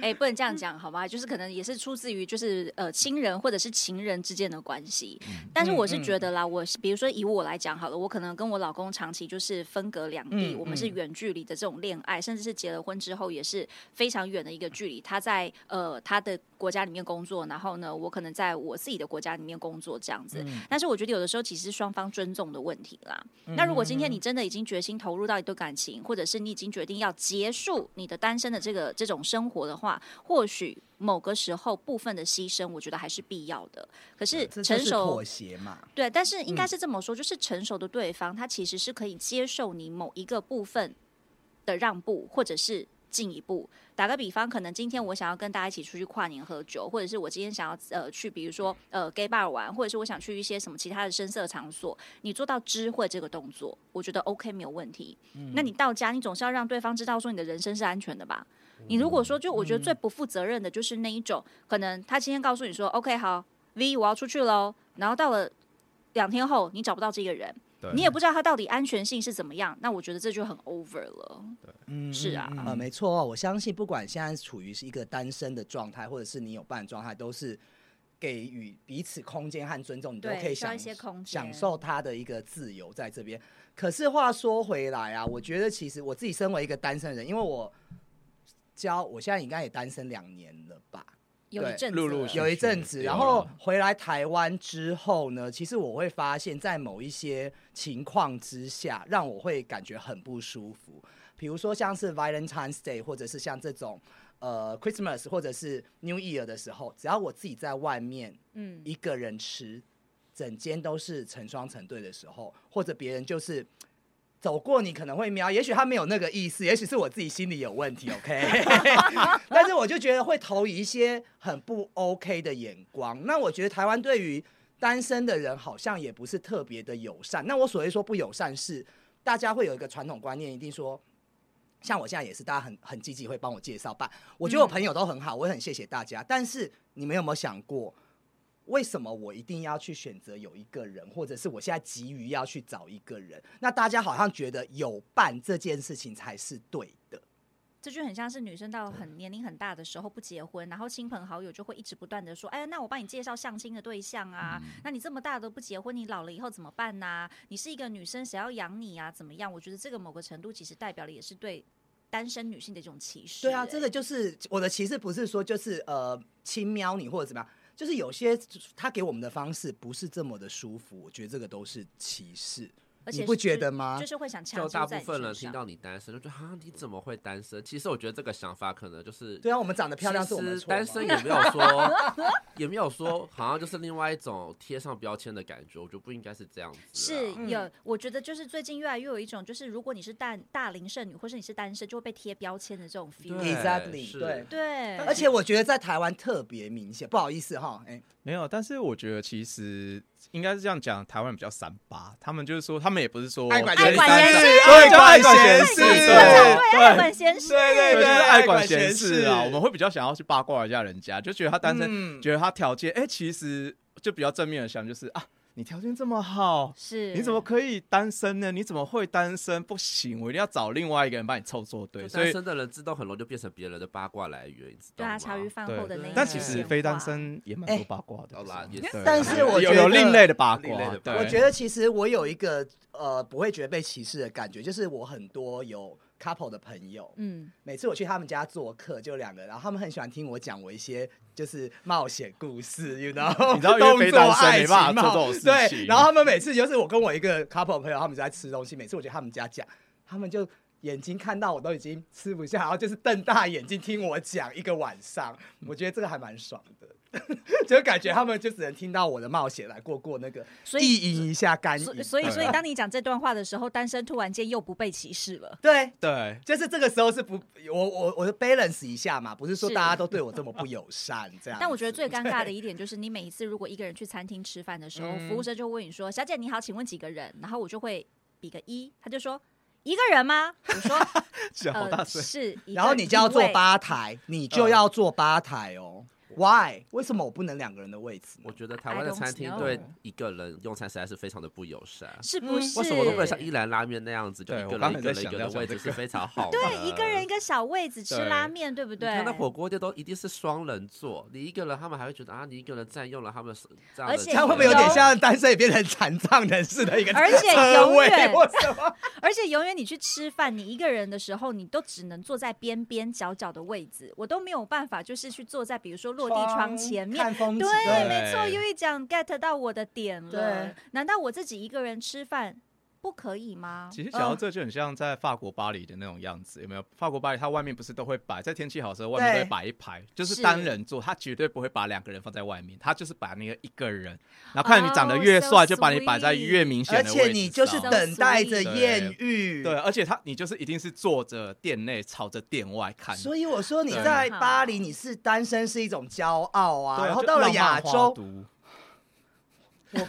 Speaker 4: 哎、不能这样讲好吗？就是可能也是出自于就是呃亲人或者是情人之间的关系。
Speaker 2: 嗯
Speaker 4: 但是我是觉得啦，我是比如说以我来讲好了，我可能跟我老公长期就是分隔两地，
Speaker 2: 嗯
Speaker 4: 我们是
Speaker 2: 嗯
Speaker 4: 远距离的这种恋爱，甚至是结了婚之后也是非常远的一个距离。他在呃他的国家里面工作，然后呢，我可能在我自己的国家里面工作这样子。
Speaker 2: 嗯
Speaker 4: 但是我觉得有的时候其实是双方尊重的问题啦。那如果今天你真的已经决心投入到一段感情，或者是你已经决定要结束你的单身的这个这种生活的话，或许某个时候部分的牺牲，我觉得还是必要的。可是
Speaker 2: 这
Speaker 4: 成
Speaker 2: 就是
Speaker 4: 熟
Speaker 2: 妥协嘛？
Speaker 4: 对，但是应该是这么说，就是成熟的对方，他其实是可以接受你某一个部分的让步，或者是进一步。打个比方，可能今天我想要跟大家一起出去跨年喝酒，或者是我今天想要呃去，比如说呃 gay bar 玩，或者是我想去一些什么其他的深色场所，你做到知会这个动作，我觉得 OK 没有问题。那你到家，你总是要让对方知道说你的人生是安全的吧？你如果说，就我觉得最不负责任的就是那一种，可能他今天告诉你说 OK 好 V 我要出去喽，然后到了两天后你找不到这个人，
Speaker 1: 对
Speaker 4: 你也不知道他到底安全性是怎么样，那我觉得这就很 over 了。
Speaker 2: 嗯
Speaker 4: 是啊
Speaker 2: 嗯嗯呃，没错，我相信不管现在处于是一个单身的状态，或者是你有伴的状态，都是给予彼此空间和尊重，你都
Speaker 4: 对
Speaker 2: 可以
Speaker 4: 需要
Speaker 2: 享
Speaker 4: 一些空间
Speaker 2: 享受他的一个自由在这边。可是话说回来啊，我觉得其实我自己身为一个单身人，因为我交我现在应该也单身两年了吧，
Speaker 4: 有一
Speaker 2: 对
Speaker 4: 阵子
Speaker 1: 陆陆
Speaker 4: 了
Speaker 1: 续续
Speaker 2: 有一阵子，
Speaker 1: 有
Speaker 2: 然后
Speaker 1: 了
Speaker 2: 回来台湾之后呢，其实我会发现，在某一些情况之下，让我会感觉很不舒服。比如说像是 Valentine's Day，或者是像这种呃 Christmas 或者是 New Year 的时候，只要我自己在外面
Speaker 4: 嗯，
Speaker 2: 一个人吃，整间都是成双成对的时候，或者别人就是。走过你可能会瞄，也许他没有那个意思，也许是我自己心里有问题，OK？但 是我就觉得会投以一些很不 OK 的眼光。那我觉得台湾对于单身的人好像也不是特别的友善。那我所谓说不友善是，大家会有一个传统观念，一定说，像我现在也是，大家很很积极会帮我介绍吧。我觉得我朋友都很好，我也很谢谢大家。但是你们有没有想过，为什么我一定要去选择有一个人，或者是我现在急于要去找一个人？那大家好像觉得有伴这件事情才是对的。
Speaker 4: 这就很像是女生到很年龄很大的时候不结婚，然后亲朋好友就会一直不断的说，哎呀，那我帮你介绍相亲的对象啊，
Speaker 3: 嗯
Speaker 4: 那你这么大都不结婚，你老了以后怎么办呐、你是一个女生，谁要养你啊？怎么样？我觉得这个某个程度其实代表的也是对单身女性的一种歧视、
Speaker 2: 对啊，
Speaker 4: 哎
Speaker 2: 这个就是我的歧视，不是说就是呃轻瞄你或者怎么样，就是有些他给我们的方式不是这么的舒服，我觉得这个都是歧视，
Speaker 4: 而且
Speaker 2: 你不
Speaker 4: 是
Speaker 2: 觉
Speaker 4: 就
Speaker 2: 得吗
Speaker 4: 就？是会想强
Speaker 3: 就
Speaker 4: 求在
Speaker 3: 大
Speaker 4: 你
Speaker 3: 部分人听
Speaker 4: 身上
Speaker 3: 到你单身，就觉得啊你怎么会单身？其实我觉得这个想法可能就是
Speaker 2: 对啊，我们长得漂亮是我们的
Speaker 3: 其实
Speaker 2: 错吗
Speaker 3: 单身也没有说，也没有说，好像就是另外一种贴上标签的感觉，我觉得不应该是这样子啊。
Speaker 4: 是
Speaker 1: 嗯
Speaker 2: 嗯
Speaker 4: 有，我觉得就是最近越来越有一种，就是如果你是大大龄剩女，或是你是单身，就会被贴标签的这种 feel。
Speaker 2: Exactly，
Speaker 3: 是
Speaker 2: 对
Speaker 4: 对，
Speaker 2: 而且我觉得在台湾特别明显，不好意思哈，哎、
Speaker 1: 没有，但是我觉得其实应该是这样讲，台湾比较三八，他们就是说，他们也不是说
Speaker 2: 爱管
Speaker 4: 闲事
Speaker 1: 单身
Speaker 2: 爱
Speaker 1: 对，就爱
Speaker 2: 管
Speaker 1: 管
Speaker 2: 闲
Speaker 1: 闲
Speaker 2: 事
Speaker 1: 事，
Speaker 2: 对
Speaker 1: 对
Speaker 4: 爱管闲事，
Speaker 1: 对
Speaker 2: 对
Speaker 1: 就是爱管
Speaker 2: 闲
Speaker 1: 闲事啊，
Speaker 2: 事
Speaker 1: 我们会比较想要去八卦一下人家，就觉得他单身，
Speaker 2: 嗯
Speaker 1: 觉得他条件，哎、其实就比较正面的想就是啊。你条件这么好，
Speaker 4: 是
Speaker 1: 你怎么可以单身呢？你怎么会单身？不行，我一定要找另外一个人帮你凑作对。
Speaker 3: 就
Speaker 1: 所
Speaker 3: 单
Speaker 1: 以，
Speaker 3: 身的人自动很容易就变成别人的八卦来源，你知道
Speaker 4: 对
Speaker 3: 吗？
Speaker 4: 啊？茶余饭后的那
Speaker 1: 对
Speaker 4: 一，
Speaker 1: 但
Speaker 4: 些
Speaker 1: 其实
Speaker 4: 闲
Speaker 1: 非单
Speaker 4: 话
Speaker 1: 身也蛮
Speaker 2: 哎
Speaker 1: 多八卦的。
Speaker 3: 好啦
Speaker 1: 其
Speaker 3: 也
Speaker 1: 实
Speaker 3: 是
Speaker 1: 对
Speaker 2: 但是我
Speaker 1: 有
Speaker 2: 觉
Speaker 1: 有
Speaker 2: 得
Speaker 1: 另类的八
Speaker 3: 另类
Speaker 1: 卦
Speaker 3: 的，八
Speaker 1: 对，
Speaker 3: 卦
Speaker 2: 我觉得其实我有一个呃不会觉得被歧视的感觉，就是我很多有 couple 的朋友，
Speaker 4: 嗯，
Speaker 2: 每次我去他们家做客，就两个，然后他们很喜欢听我讲我一些就是冒险故事，you know，
Speaker 1: 你知道因为
Speaker 2: 动
Speaker 1: 非
Speaker 2: 作
Speaker 1: 单身
Speaker 2: 爱
Speaker 1: 没
Speaker 2: 情
Speaker 1: 办法
Speaker 2: 冒
Speaker 1: 做这种事情
Speaker 2: 对，然后他们每次就是我跟我一个 couple 朋友，他们就在吃东西，每次我去他们家讲，他们就。眼睛看到我都已经吃不下，然后就是瞪大眼睛听我讲一个晚上，我觉得这个还蛮爽的， 就感觉他们就只能听到我的冒险来过过那个
Speaker 4: 所以
Speaker 2: 意淫一下干瘾
Speaker 4: 所，以所以
Speaker 1: 对
Speaker 4: 所以当你讲这段话的时候，单身突然间又不被歧视了。
Speaker 2: 对，
Speaker 1: 对。
Speaker 2: 就是这个时候是不，我我我 balance 一下嘛，不是说
Speaker 4: 是
Speaker 2: 大家都对我这么不友善这样。
Speaker 4: 但我觉得最尴尬的一点就是，你每一次如果一个人去餐厅吃饭的时候，服
Speaker 1: 嗯
Speaker 4: 务生就会问你说：“小姐你好，请问几个人？”然后我就会比个一，他就说：“一个人吗？”我说
Speaker 1: 讲：“好大
Speaker 4: 呃，
Speaker 1: 声，
Speaker 4: 是。”
Speaker 2: 然后你就要坐，吧台，你就要坐吧台哦。Why？为什么我不能两个人的位置呢？
Speaker 3: 我觉得台湾的
Speaker 4: I don't
Speaker 3: 餐厅
Speaker 4: know
Speaker 3: 对一个人用餐实在是非常的不友善。
Speaker 4: 是不是？
Speaker 3: 为什么都不能像伊兰拉面那样子，就
Speaker 1: 对
Speaker 3: 一
Speaker 1: 我
Speaker 3: 个
Speaker 1: 刚
Speaker 3: 人
Speaker 1: 才
Speaker 3: 一个
Speaker 1: 在
Speaker 3: 人一
Speaker 1: 想
Speaker 3: 个
Speaker 1: 要
Speaker 3: 人
Speaker 1: 讲
Speaker 3: 位
Speaker 1: 这
Speaker 3: 置
Speaker 1: 个
Speaker 3: 是 非常好的？
Speaker 4: 对，一个人一个小位子吃
Speaker 1: 对
Speaker 4: 拉面，对不对
Speaker 3: 你？看那火锅店都一定是双人座，你一个人，他们还会觉得啊，你一个人占用了他们是这样的
Speaker 4: 而
Speaker 3: 地
Speaker 4: 且
Speaker 3: 位。
Speaker 2: 这样会不会有点像单身也变成残障人士的一个
Speaker 4: 而且
Speaker 2: 车
Speaker 4: 永
Speaker 2: 位
Speaker 4: 远
Speaker 2: 或什么？
Speaker 4: 而且永远你去吃饭，你一个人的时候，你都只能坐在边边角角的位置，我都没有办法，就是去坐在比如说落地窗前面，
Speaker 2: 看风景，
Speaker 4: 对，
Speaker 1: 对
Speaker 4: 没错，优一讲 get 到我的点了
Speaker 2: 对。
Speaker 4: 难道我自己一个人吃饭不可以吗？嗯
Speaker 1: 其实讲到这就很像在法国巴黎的那种样子，有没有？法国巴黎它外面不是都会摆，在天气好的时候外面
Speaker 2: 对
Speaker 1: 都会摆一排，就是
Speaker 4: 是
Speaker 1: 单人座，它绝对不会把两个人放在外面，它就是把那个一个人，然后看你长得越
Speaker 4: 哦 so
Speaker 1: 帅，就把你摆在越
Speaker 4: sweet
Speaker 1: 明显
Speaker 2: 而
Speaker 1: 的位置上。
Speaker 2: 且你就是
Speaker 4: 上
Speaker 2: 等待着
Speaker 1: 对
Speaker 2: 艳遇，
Speaker 1: 对，而且他你就是一定是坐着店内朝着店外看，
Speaker 2: 所以我说你
Speaker 1: 对
Speaker 2: 在巴黎，你是单身是一种骄傲啊，
Speaker 1: 对啊
Speaker 2: 然后
Speaker 1: 就
Speaker 2: 到了
Speaker 1: 浪漫
Speaker 2: 亚
Speaker 1: 花
Speaker 2: 洲，
Speaker 1: 都
Speaker 2: 我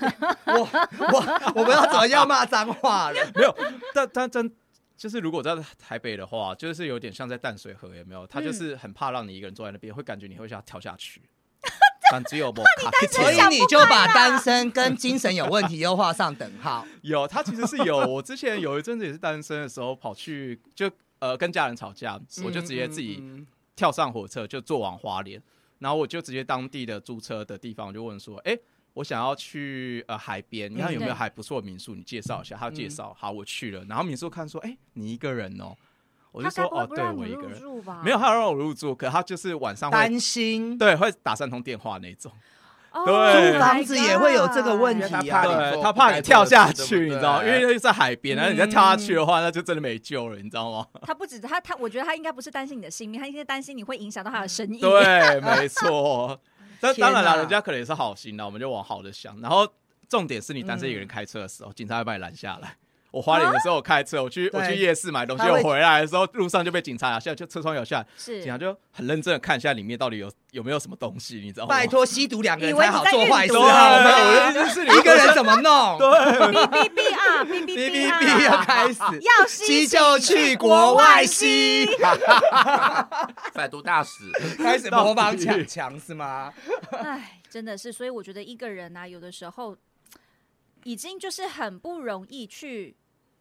Speaker 2: 我我不知道怎么样骂脏话了。
Speaker 1: 没有，但但真就是如果在台北的话，就是有点像在淡水河，有没有？他就是很怕让你一个人坐在那边，会感觉你会想要跳下去。但只有我卡
Speaker 2: 所以
Speaker 1: 卡
Speaker 2: 你就把单身跟精神有问题又画上等号。
Speaker 1: 有，他其实是 有。我之前有一阵子也是单身的时候，跑去就呃跟家人吵架，我就直接自己
Speaker 2: 嗯
Speaker 1: 跳上火车就坐往花莲，然后我就直接当地的租车的地方，我就问说，哎、我想要去呃海边，你看有没有
Speaker 4: 对
Speaker 1: 还不错的民宿？你介绍一下。他就介绍，好，我去了。然后民宿看说，哎、你一个人哦，我就
Speaker 4: 他
Speaker 1: 说
Speaker 4: 该不
Speaker 1: 哦
Speaker 4: 会，不
Speaker 1: 对
Speaker 4: 让
Speaker 1: 我
Speaker 4: 你
Speaker 1: 一个
Speaker 4: 入
Speaker 1: 人，
Speaker 4: 住啊吧？
Speaker 1: 没有，他有让我入住，可他就是晚上会
Speaker 2: 担心，
Speaker 1: 对会打三通电话那种，
Speaker 4: 哦
Speaker 1: 对
Speaker 4: ，Oh my
Speaker 2: 房子也会有这个问题
Speaker 3: 因为他
Speaker 2: 对
Speaker 3: 怕你
Speaker 1: 对
Speaker 3: 做
Speaker 1: 他
Speaker 3: 不
Speaker 1: 怕
Speaker 3: 该
Speaker 1: 你
Speaker 3: 做
Speaker 1: 跳
Speaker 3: 的事
Speaker 1: 下
Speaker 3: 对不
Speaker 1: 去，你知道，因
Speaker 3: 对
Speaker 1: 为在海边，然后你再跳下去的话，那就真的没救了，你知道吗？
Speaker 4: God 他不止他他，我觉得他应该不是担心你的性命，他应该担心你会影响到他的生
Speaker 2: 嗯
Speaker 4: 意。
Speaker 1: 对，没错。但
Speaker 2: 天
Speaker 1: 当然
Speaker 2: 哪
Speaker 1: 了，人家可能也是好心的，我们就往好的想。然后重点是你单身一个人开车的时候，警察会把你拦下来。我花莲的时候，我开车，我去我
Speaker 2: 对
Speaker 1: 去夜市买东西，
Speaker 2: 他会
Speaker 1: 我回来的时候路上就被警察摇下来，就车窗摇下来，警察
Speaker 2: 啊
Speaker 4: 是。
Speaker 1: 就很认真的看一下里面到底有有没有什么东西，你知道吗？
Speaker 2: 拜，托吸毒两个人
Speaker 4: 以为
Speaker 2: 才
Speaker 4: 你
Speaker 2: 好
Speaker 4: 在
Speaker 2: 做坏事
Speaker 1: 对，
Speaker 2: 好
Speaker 4: 运毒啊
Speaker 1: 我
Speaker 2: 吗？
Speaker 1: 的意思是你
Speaker 2: 一个人怎么弄？
Speaker 4: 哔哔哔啊，哔哔
Speaker 2: 哔哔
Speaker 4: 哔啊
Speaker 2: 哔要开始，
Speaker 4: 要吸
Speaker 2: 吸就去国外吸，
Speaker 3: 反毒大使，
Speaker 2: 开始模仿
Speaker 1: 到
Speaker 2: 抢
Speaker 1: 底
Speaker 2: 强是吗？
Speaker 4: 唉，真的是，所以我觉得一个人啊，有的时候已经就是很不容易去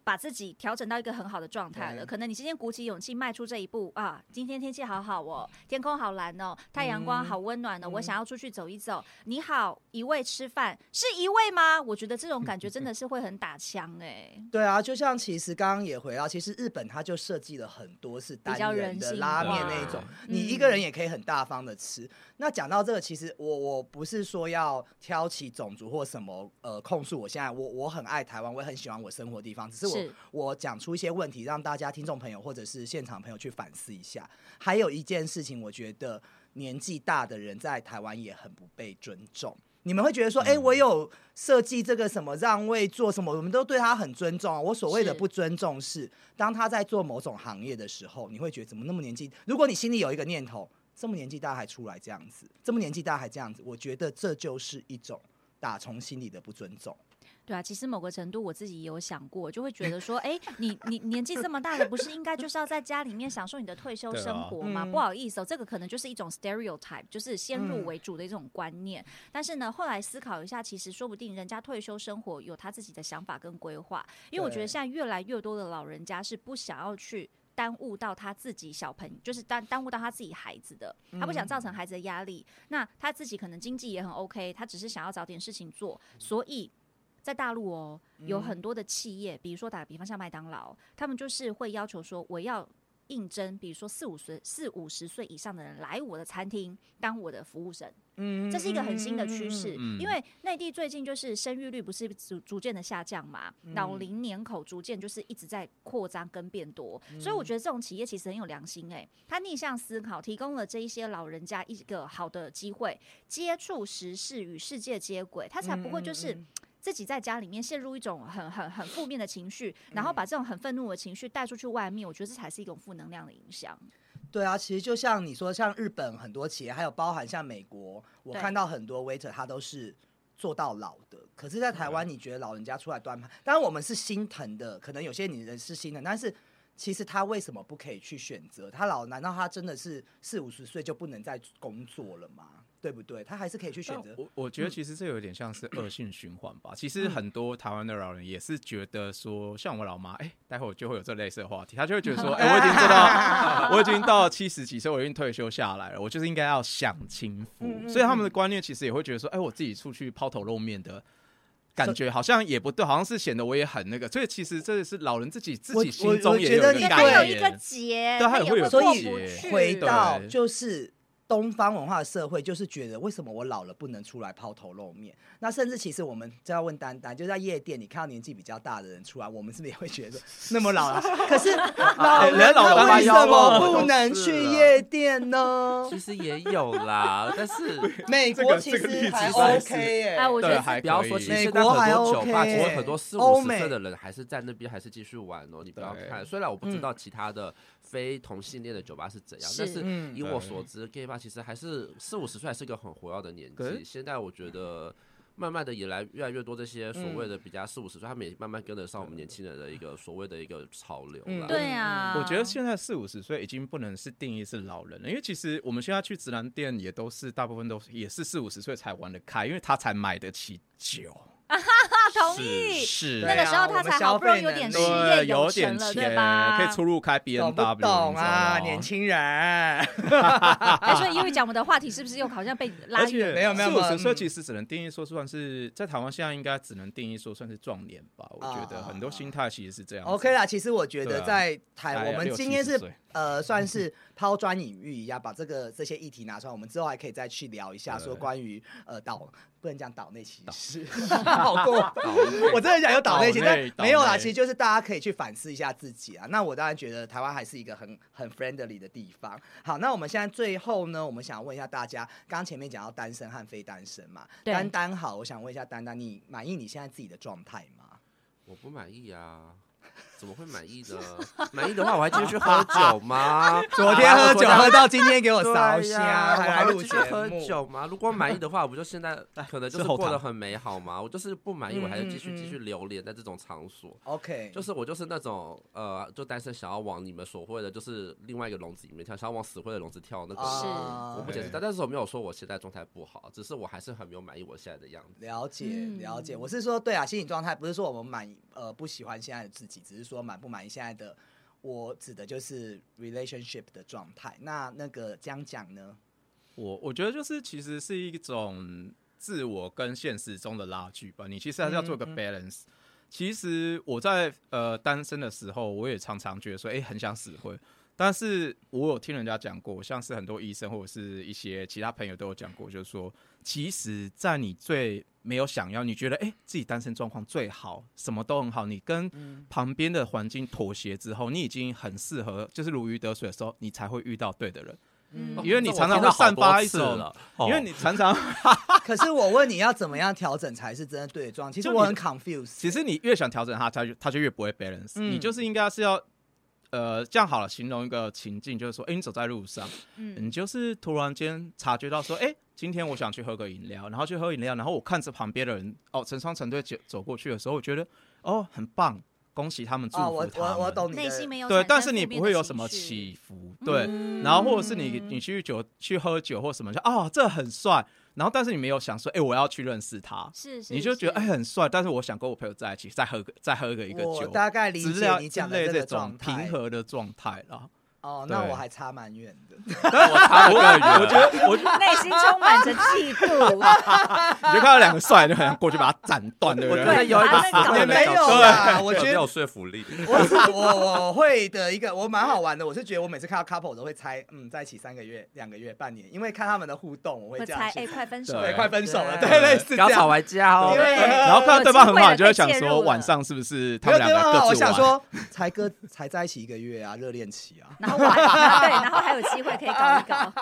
Speaker 4: 把自己调整到一个很好的状态了。
Speaker 2: 对
Speaker 4: 可能你今天鼓起勇气迈出这一步啊，今天天气好好哦，天空好蓝哦，太阳光好温暖
Speaker 2: 嗯
Speaker 4: 哦，我想要出去走一走。你好，一位吃饭是一位吗？我觉得这种感觉真的是会很打枪哎、
Speaker 2: 对啊，就像其实刚刚也回到，其实日本它就设计了很多是单
Speaker 4: 比较人
Speaker 2: 人的
Speaker 4: 性
Speaker 2: 拉面
Speaker 4: 化
Speaker 2: 那一种，
Speaker 4: 嗯
Speaker 2: 你一个人也可以很大方的吃。那讲到这个，其实我我不是说要挑起种族或什么呃控诉我现在我我很爱台湾，我也很喜欢我生活的地方，只是我
Speaker 4: 是
Speaker 2: 我讲出一些问题，让大家听众朋友或者是现场朋友去反思一下。还有一件事情，我觉得年纪大的人在台湾也很不被尊重。你们会觉得说，哎、我有设计这个什么让位做什么，我们都对他很尊重啊。我所谓的
Speaker 4: 是
Speaker 2: 不尊重是，当他在做某种行业的时候，你会觉得怎么那么年纪？如果你心里有一个念头，这么年纪大还出来这样子，这么年纪大还这样子，我觉得这就是一种打从心里的不尊重。
Speaker 4: 对啊，其实某个程度我自己也有想过，就会
Speaker 1: 嗯
Speaker 4: 觉得说，哎、你你年纪这么大了，不是应该就是要在家里面享受你的退休
Speaker 1: 对啊
Speaker 4: 生活吗？不好意思哦，这个可能就是一种 stereotype，就是先入为主的一种观念。但是呢，后来思考一下，其实说不定人家退休生活有他自己的想法跟规划，因为我觉得
Speaker 2: 对
Speaker 4: 现在越来越多的老人家是不想要去。耽误到他自己小朋友，就是耽耽误到他自己孩子的，他不想造成孩子的压力。那他自己可能经济也很 OK，他只是想要找点事情做，所以在大陆哦，有很多的企业，比如说打个比方，像麦当劳，他们就是会要求说，我要应征，比如说四五十、四五十岁以上的人来我的餐厅当我的服务生。嗯，这是一个很新的趋
Speaker 2: 嗯
Speaker 4: 势，因为内地最近就是生育率不是逐逐渐的下降嘛，老龄年口逐渐就是一直在扩张跟变多，所以我觉得这种企业其实很有良心哎、他逆向思考，提供了这一些老人家一个好的机会，接触时事与世界接轨，他才不会就是。自己在家里面陷入一种很很很负面的情绪，然后把这种很愤怒的情绪带出去外面，我觉得这才是一种负能量的影响。
Speaker 2: 对啊，其实就像你说，像日本很多企业，还有包含像美国，我
Speaker 4: 对
Speaker 2: 看到很多 waiter 他都是做到老的。可是，在台湾，你觉得老人家出来端盘，当然我们是心疼的，可能有些女人是心疼，但是其实他为什么不可以去选择？他老，难道他真的是四五十岁就不能再工作了吗？对不对？他还是可以去选择。
Speaker 1: 我我觉得其实这有点像是恶性循环吧。其实很多台湾的老人也是觉得说，像我老妈，哎、待会儿就会有这类似的话题，她就会觉得说，哎、我已经做到，我已经到七十几岁，我已经退休下来了，我就是应该要享清福。所以他们的观念其实也会觉得说，哎、我自己出去抛头露面的。感觉好像也不对，好像是显得我也很那个，所以其实这是老人自己自
Speaker 2: 我
Speaker 1: 己心中
Speaker 2: 我
Speaker 1: 也
Speaker 2: 觉得
Speaker 1: 有
Speaker 2: 你
Speaker 1: 个
Speaker 2: 对
Speaker 1: 概
Speaker 4: 还
Speaker 1: 念，
Speaker 4: 有一个结，
Speaker 1: 对他
Speaker 4: 也
Speaker 1: 也会有
Speaker 4: 过
Speaker 2: 所
Speaker 4: 不
Speaker 2: 以
Speaker 4: 去。
Speaker 2: 回到
Speaker 1: 嗯对
Speaker 2: 就是东方文化的社会，就是觉得为什么我老了不能出来抛头露面？那甚至其实我们就要问丹丹，就在夜店，你看到年纪比较大的人出来，我们是不是也会觉得那 么老了？可是老
Speaker 1: 哎
Speaker 2: 了
Speaker 1: 人老了
Speaker 2: 那为
Speaker 1: 弯腰
Speaker 2: 什
Speaker 1: 喽
Speaker 2: 么不能去夜店呢？
Speaker 3: 其实也有啦，但是
Speaker 2: 美
Speaker 1: 这
Speaker 2: 国
Speaker 1: 个
Speaker 2: 其
Speaker 1: 这个例
Speaker 2: 实
Speaker 1: 子
Speaker 2: 还
Speaker 1: 实在
Speaker 2: OK 耶、
Speaker 4: 哎，我觉
Speaker 1: 对，
Speaker 4: 得是
Speaker 1: 还
Speaker 3: 不要
Speaker 1: 可
Speaker 3: 说，
Speaker 1: 以
Speaker 3: 其实现
Speaker 2: 美
Speaker 3: 在
Speaker 2: 国还
Speaker 3: 很多酒吧，
Speaker 2: OK
Speaker 3: 其实很多四
Speaker 2: 欧
Speaker 3: 五十
Speaker 2: 美
Speaker 3: 岁的人还是在那边，还是继续玩哦。你不要
Speaker 1: 对
Speaker 3: 看，虽然我不
Speaker 2: 嗯
Speaker 3: 知道其他的非同性恋的酒吧是怎样，
Speaker 4: 是
Speaker 3: 但是
Speaker 2: 嗯
Speaker 3: 以我所知，gay 吧其实还是四五十岁还是个很活跃的年
Speaker 1: 可
Speaker 3: 纪。
Speaker 1: 是
Speaker 3: 现在我觉得。慢慢的也来越来越多这些所谓的
Speaker 2: 嗯
Speaker 3: 比较四五十岁，他们也慢慢跟得上我们年轻人的一个所谓的一个潮流
Speaker 2: 嗯
Speaker 3: 啦。
Speaker 4: 对啊，
Speaker 1: 我觉得现在四五十岁已经不能是定义是老人了，因为其实我们现在去直男店也都是大部分都是也是四五十岁才玩得开，因为他才买得起酒，
Speaker 4: 他同意。
Speaker 1: 是
Speaker 4: 那个时候
Speaker 2: 对啊
Speaker 4: 他才好不容易有点事
Speaker 2: 我
Speaker 4: 业
Speaker 1: 对，有
Speaker 4: 成
Speaker 1: 点
Speaker 4: 了，对
Speaker 1: 钱
Speaker 4: 吧？
Speaker 1: 可以 出入开 B
Speaker 2: 懂
Speaker 1: N
Speaker 2: 不
Speaker 1: W，
Speaker 2: 懂啊，年。轻人？
Speaker 4: 哎，所以因为讲我们的话题是不是又好像被拉
Speaker 1: 而
Speaker 4: 远
Speaker 1: 且
Speaker 4: 了？
Speaker 2: 没有没有
Speaker 1: 四五
Speaker 2: 没有
Speaker 1: 十岁
Speaker 2: 嗯
Speaker 1: 其实只能定义说算是在台湾现在应该只能定义说算是壮年吧，我觉
Speaker 2: 啊
Speaker 1: 得很多心态其实是这样子。
Speaker 2: OK 啦，其实我觉得
Speaker 1: 对啊
Speaker 2: 在台，
Speaker 1: 哎呀
Speaker 2: 我们
Speaker 1: 六
Speaker 2: 今
Speaker 1: 七
Speaker 2: 天
Speaker 1: 十
Speaker 2: 是
Speaker 1: 岁
Speaker 2: 呃，算是抛砖引玉一样，把这个这些议题拿出来，我们之后还可以再去聊一下，
Speaker 1: 对
Speaker 2: 说关于呃岛不能讲岛内歧视，好过分
Speaker 3: 岛
Speaker 2: 我真的想有岛内歧视，
Speaker 1: 岛
Speaker 2: 但
Speaker 1: 内
Speaker 2: 没有
Speaker 1: 岛
Speaker 2: 啦，
Speaker 1: 内
Speaker 2: 其实就是大家可以去反思一下自己啊。那我当然觉得台湾还是一个很很 friendly 的地方。好，那我们现在最后呢，我们想问一下大家，刚刚前面讲到单身和非单身嘛，
Speaker 4: 对
Speaker 2: 丹丹好，我想问一下丹丹，你满意你现在自己的状态吗？
Speaker 3: 我不满意啊。怎么会满意呢？满意的话，我还继续喝酒吗？
Speaker 2: 昨天喝酒
Speaker 3: 啊
Speaker 2: 喝到今天给我
Speaker 3: 对
Speaker 2: 烧
Speaker 3: 呀
Speaker 2: 香，
Speaker 3: 我
Speaker 2: 还来
Speaker 3: 还
Speaker 2: 录
Speaker 3: 继
Speaker 2: 节
Speaker 3: 续喝
Speaker 2: 目。
Speaker 3: 酒吗？如果满意的话，我不就现在可能就是
Speaker 1: 是后
Speaker 3: 过得
Speaker 1: 堂
Speaker 3: 很美好嘛？我就是不满意，
Speaker 2: 嗯
Speaker 3: 我还是继
Speaker 2: 嗯
Speaker 3: 续
Speaker 2: 嗯
Speaker 3: 继续流连在这种场所。
Speaker 2: OK，
Speaker 3: 就是我就是那种呃，就单身想要往你们所谓的就是另外一个笼子里面跳，想要往死灰的笼子跳那个。
Speaker 4: 是
Speaker 2: 啊
Speaker 3: 我不解释，
Speaker 1: 对
Speaker 3: 但但是我没有说我现在状态不好，只是我还是很没有满意我现在的样子。
Speaker 2: 了解
Speaker 4: 嗯
Speaker 2: 了解，我是说，对啊，心理状态不是说我们满意呃不喜欢现在的自己，只是说满不满意现在的。我指的就是 relationship 的状态。那那个江讲呢？
Speaker 1: 我我觉得就是其实是一种自我跟现实中的拉锯吧，你其实还是要做个 balance。其实我在呃单身的时候，我也常常觉得说，哎、很想死灰。但是我有听人家讲过，像是很多医生或者是一些其他朋友都有讲过，就是说，其实，在你最没有想要，你觉得哎、诶自己单身状况最好，什么都很好，你跟
Speaker 4: 嗯
Speaker 1: 旁边的环境妥协之后，你已经很适合，就是如鱼得水的时候，你才会遇到对的人。
Speaker 4: 嗯
Speaker 1: 因为你
Speaker 3: 哦这
Speaker 1: 常
Speaker 3: 我
Speaker 1: 常
Speaker 3: 听了
Speaker 1: 会散
Speaker 3: 好多
Speaker 1: 发一
Speaker 3: 次
Speaker 1: 种
Speaker 3: 了，
Speaker 1: 因为
Speaker 3: 哦
Speaker 1: 你常常，
Speaker 2: 可是我问你要怎么样调整才是真的对的状态？其实
Speaker 1: 就你
Speaker 2: 我很 confused。
Speaker 1: 其实你越想调整它，它就它就越不会 balance、
Speaker 2: 嗯
Speaker 1: 你就是应该是要，呃，这样好了，形容一个情境，就是说，哎、你走在路上，
Speaker 4: 嗯
Speaker 1: 你就是突然间察觉到说，哎、今天我想去喝个饮料，然后去喝饮料，然后我看着旁边的人，哦，成双成对走走过去的时候，我觉得哦，很棒，恭喜他们，祝
Speaker 2: 哦，
Speaker 1: 福
Speaker 2: 我
Speaker 1: 他们。
Speaker 2: 我我懂你
Speaker 4: 内心
Speaker 2: 的。
Speaker 4: 没有
Speaker 1: 对，
Speaker 4: 产
Speaker 1: 但
Speaker 4: 生
Speaker 1: 是你
Speaker 4: 负面
Speaker 1: 不会
Speaker 4: 的
Speaker 1: 有
Speaker 4: 情
Speaker 1: 什么
Speaker 4: 绪
Speaker 1: 起伏，对。然后或者是你你去酒去喝酒或什么，就哦这很帅，然后但是你没有想说，哎、我要去认识他，
Speaker 4: 是是，
Speaker 1: 你就觉得哎、
Speaker 4: 是
Speaker 1: 很帅，但是我想跟我朋友在一起，再喝个再喝个一个
Speaker 2: 我
Speaker 1: 酒，
Speaker 2: 大概理
Speaker 1: 之
Speaker 2: 解
Speaker 1: 类啊
Speaker 2: 你
Speaker 1: 之
Speaker 2: 讲的
Speaker 1: 类
Speaker 2: 这
Speaker 1: 这
Speaker 2: 个
Speaker 1: 种
Speaker 2: 状态
Speaker 1: 平和的状态 啦。
Speaker 2: 哦，那
Speaker 1: 对
Speaker 2: 我还差蛮远的。
Speaker 3: 我差
Speaker 1: 我我觉得我
Speaker 4: 内心充满着嫉 妒，
Speaker 1: 你就看到两个帅的，很想过去把他斩 断，对不啊
Speaker 3: 我
Speaker 1: 对？
Speaker 3: 觉得有一个
Speaker 4: 把那个搞
Speaker 3: 也
Speaker 4: 得
Speaker 2: 没有啦我觉得
Speaker 3: 没有说服力。
Speaker 2: 我是我我会的一个，我蛮好玩的。我是觉得我每次看到 couple 我都会猜，嗯，在一起三个月、两个月、半年，因为看他们的互动，我会
Speaker 4: 我
Speaker 2: 这样
Speaker 4: 猜
Speaker 2: 去
Speaker 4: 哎，快分手
Speaker 1: 对
Speaker 4: 了，
Speaker 2: 对，快分手了，
Speaker 4: 对
Speaker 2: 对，类似这
Speaker 3: 刚吵
Speaker 2: 样。
Speaker 3: 完架哦
Speaker 2: 因，为
Speaker 1: 然后看到对方很好，你就会想说晚上是不是他
Speaker 2: 没有
Speaker 1: 们两
Speaker 2: 对
Speaker 1: 个各自
Speaker 2: 吧？
Speaker 1: 玩？
Speaker 2: 哦我想说，才哥才在一起一个月啊，热恋期啊，
Speaker 4: 然后晚上 对，然后还有机会可以搞一搞，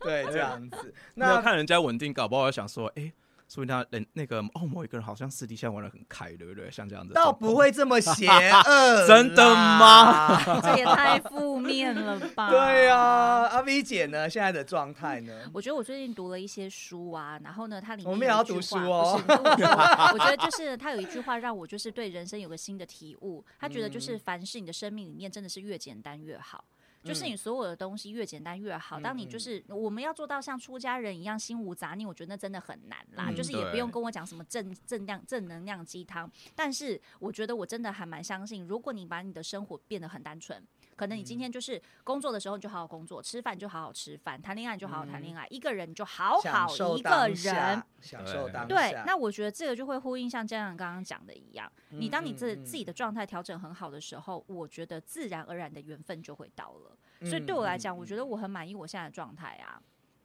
Speaker 2: 对，这样子。
Speaker 1: 那要
Speaker 2: 那
Speaker 1: 看人家稳定，搞不好我想说，哎、说不定他人那个哦，某一个人好像私底下玩的很开，对不对？像这样子，，
Speaker 2: 倒不。会这么邪恶
Speaker 1: 真的吗？
Speaker 4: 这也太负面了 吧？
Speaker 2: 对呀、啊，阿 V 姐呢？现在的状态呢？
Speaker 4: 我觉得我最近读了一些书啊，然后呢，它里
Speaker 2: 嗯
Speaker 4: 面
Speaker 2: 我们也
Speaker 4: 有一
Speaker 2: 要
Speaker 4: 句
Speaker 2: 读
Speaker 4: 话
Speaker 2: 书哦
Speaker 4: 不是你听 我说我觉得就是它有一句话让我就是对人生有个新的体悟。他觉得就是
Speaker 2: 嗯
Speaker 4: 凡是你的生命里面真的是越简单越好。就是你所有的东西越简单越好。当你
Speaker 2: 嗯
Speaker 4: 就是我们要做到像出家人一样心无杂念，我觉得那真的很难啦。
Speaker 2: 嗯
Speaker 4: 就是也不
Speaker 1: 对
Speaker 4: 用跟我讲什么正正量正能量鸡汤，但是我觉得我真的还蛮相信，如果你把你的生活变得很单纯，可能你
Speaker 2: 嗯
Speaker 4: 今天就是工作的时候你就好好工作，吃饭就好好吃饭，谈恋爱就好好谈恋爱，一个人你就好
Speaker 2: 嗯享
Speaker 4: 好
Speaker 2: 受
Speaker 4: 一个
Speaker 2: 当下
Speaker 4: 人。，
Speaker 2: 享受当下。
Speaker 4: 对，那我觉得这个就会呼应像这样刚刚讲的一样，你当你自
Speaker 2: 嗯嗯嗯
Speaker 4: 自己的状态调整很好的时候，我觉得自然而然的缘分就会到了。所以对我来讲，我觉得我很满意我现在的状态啊。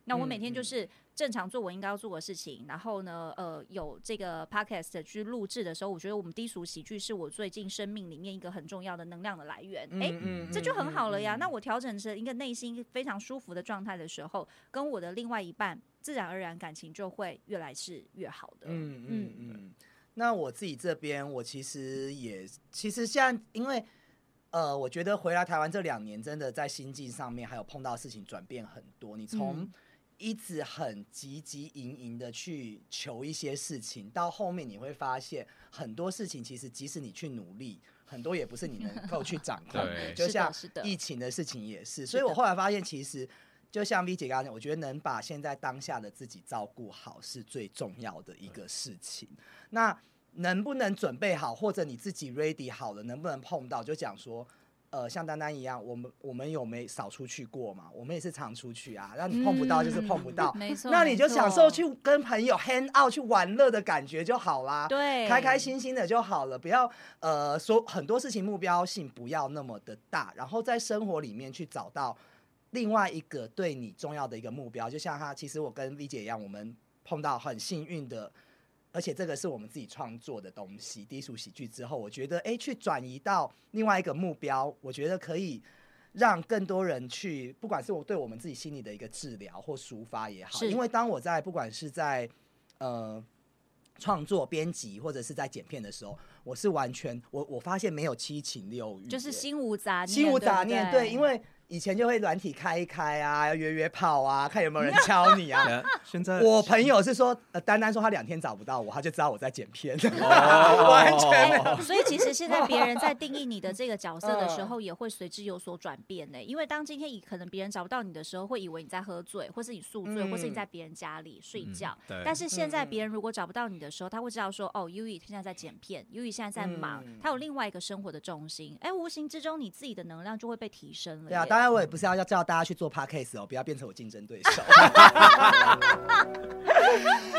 Speaker 4: 那我每天
Speaker 2: 嗯
Speaker 4: 就
Speaker 2: 嗯
Speaker 4: 是正常做我应该要做的事情，然后呢，呃，有这个 podcast 去录制的时候，我觉得我们低俗喜剧是我最近生命里面一个很重要的能量的来源。诶，
Speaker 2: 嗯
Speaker 4: 这就很好了呀。那我调整成一个内心非常舒服的状态的时候，跟我的另外一半，自然而然感情就会越来是越好的。
Speaker 2: 嗯嗯
Speaker 4: 嗯
Speaker 2: 嗯。那我自己这边，我其实也其实现在因为。呃，我觉得回来台湾这两年，真的在心境上面还有碰到的事情转变很多。你从
Speaker 4: 嗯
Speaker 2: 一直很汲汲营营的去求一些事情，到后面你会发现很多事情其实即使你去努力，很多也不是你能够去掌控的。
Speaker 1: 对
Speaker 2: 就是
Speaker 4: 的
Speaker 2: 像
Speaker 4: 是的
Speaker 2: 疫情的事情也是，
Speaker 4: 是
Speaker 2: 所以我
Speaker 4: 的
Speaker 2: 后来发现，其实就像 V 姐刚刚讲，我觉得能把现在当下的自己照顾好是最重要的一个事情。那能不能准备好，或者你自己 ready 好了，能不能碰到？就讲说，呃，像丹丹一样，我们我们有没少出去过嘛？我们也是常出去啊，那你碰不到就是碰不到，
Speaker 4: 没错
Speaker 2: 那你就
Speaker 4: 嗯没错
Speaker 2: 享受去跟朋友 hang out 去玩乐的感觉就好啦。
Speaker 4: 对，
Speaker 2: 开开心心的就好了，不要呃说很多事情目标性不要那么的大，然后在生活里面去找到另外一个对你重要的一个目标。就像他，其实我跟 V 姐一样，我们碰到很幸运的，而且这个是我们自己创作的东西，低俗喜剧之后，我觉得哎，诶去转移到另外一个目标，我觉得可以。让更多人去，不管是我对我们自己心里的一个治疗或抒发也好，
Speaker 4: 是
Speaker 2: 因为当我在不管是在呃创作、编辑或者是在剪片的时候，我是完全我我发现没有七情六欲耶，
Speaker 4: 就是心无杂念，
Speaker 2: 心无杂念，
Speaker 4: 对不
Speaker 2: 对，因为以前就会软体开一开啊，约约炮啊，看有没有人敲你 啊。
Speaker 1: 现在
Speaker 2: 我朋友是说，呃，丹丹说他两天找不到我，他就知道我在剪 片，
Speaker 1: 哦
Speaker 2: 完全没有。
Speaker 4: 所以其实现在别人在定义你的这个角色的时
Speaker 2: 嗯
Speaker 4: 候，也会随之有所转变呢、因为当今天以可能别人找不到你的时候，会以为你在喝醉，或是你宿醉，
Speaker 2: 嗯
Speaker 4: 或是你在别人家里睡觉。
Speaker 1: 嗯对
Speaker 4: 但是现在别人如果找不到你的时候，他会知道说，哦，U E 现在在剪片，U E 现在在忙
Speaker 2: 嗯，
Speaker 4: 他有另外一个生活的重心。哎，无形之中你自己的能量就会被提升了
Speaker 2: 对
Speaker 4: 耶。
Speaker 2: 啊，当然我也不是要要叫大家去做 podcast 哦，不要变成我竞争对 手。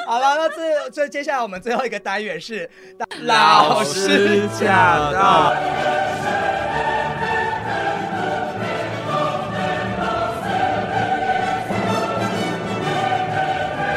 Speaker 2: 好了，那这这接下来我们最后一个单元是
Speaker 3: 老师驾到。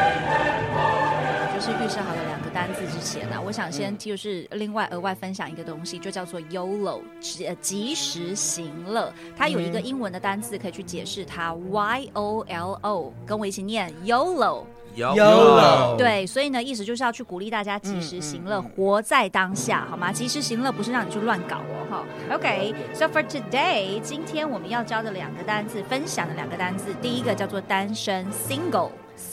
Speaker 4: 就是预设好了两个单字之前呢、我想先就是另外额外分享一个东西，就叫做 YOLO，及呃及时行乐。它有一个英文的单字可以去解释它，Y O L O，跟我一起念 YOLO。
Speaker 3: 有哦
Speaker 2: YOLO
Speaker 4: 对，所以呢，意思就是要去鼓励大家及时行乐，活在当下，好吗？及时行乐不是让你去乱搞哦，哈。OK，so、for today，今天我们要教的两个单字，分享的两个单字，第一个叫做单身 （single）。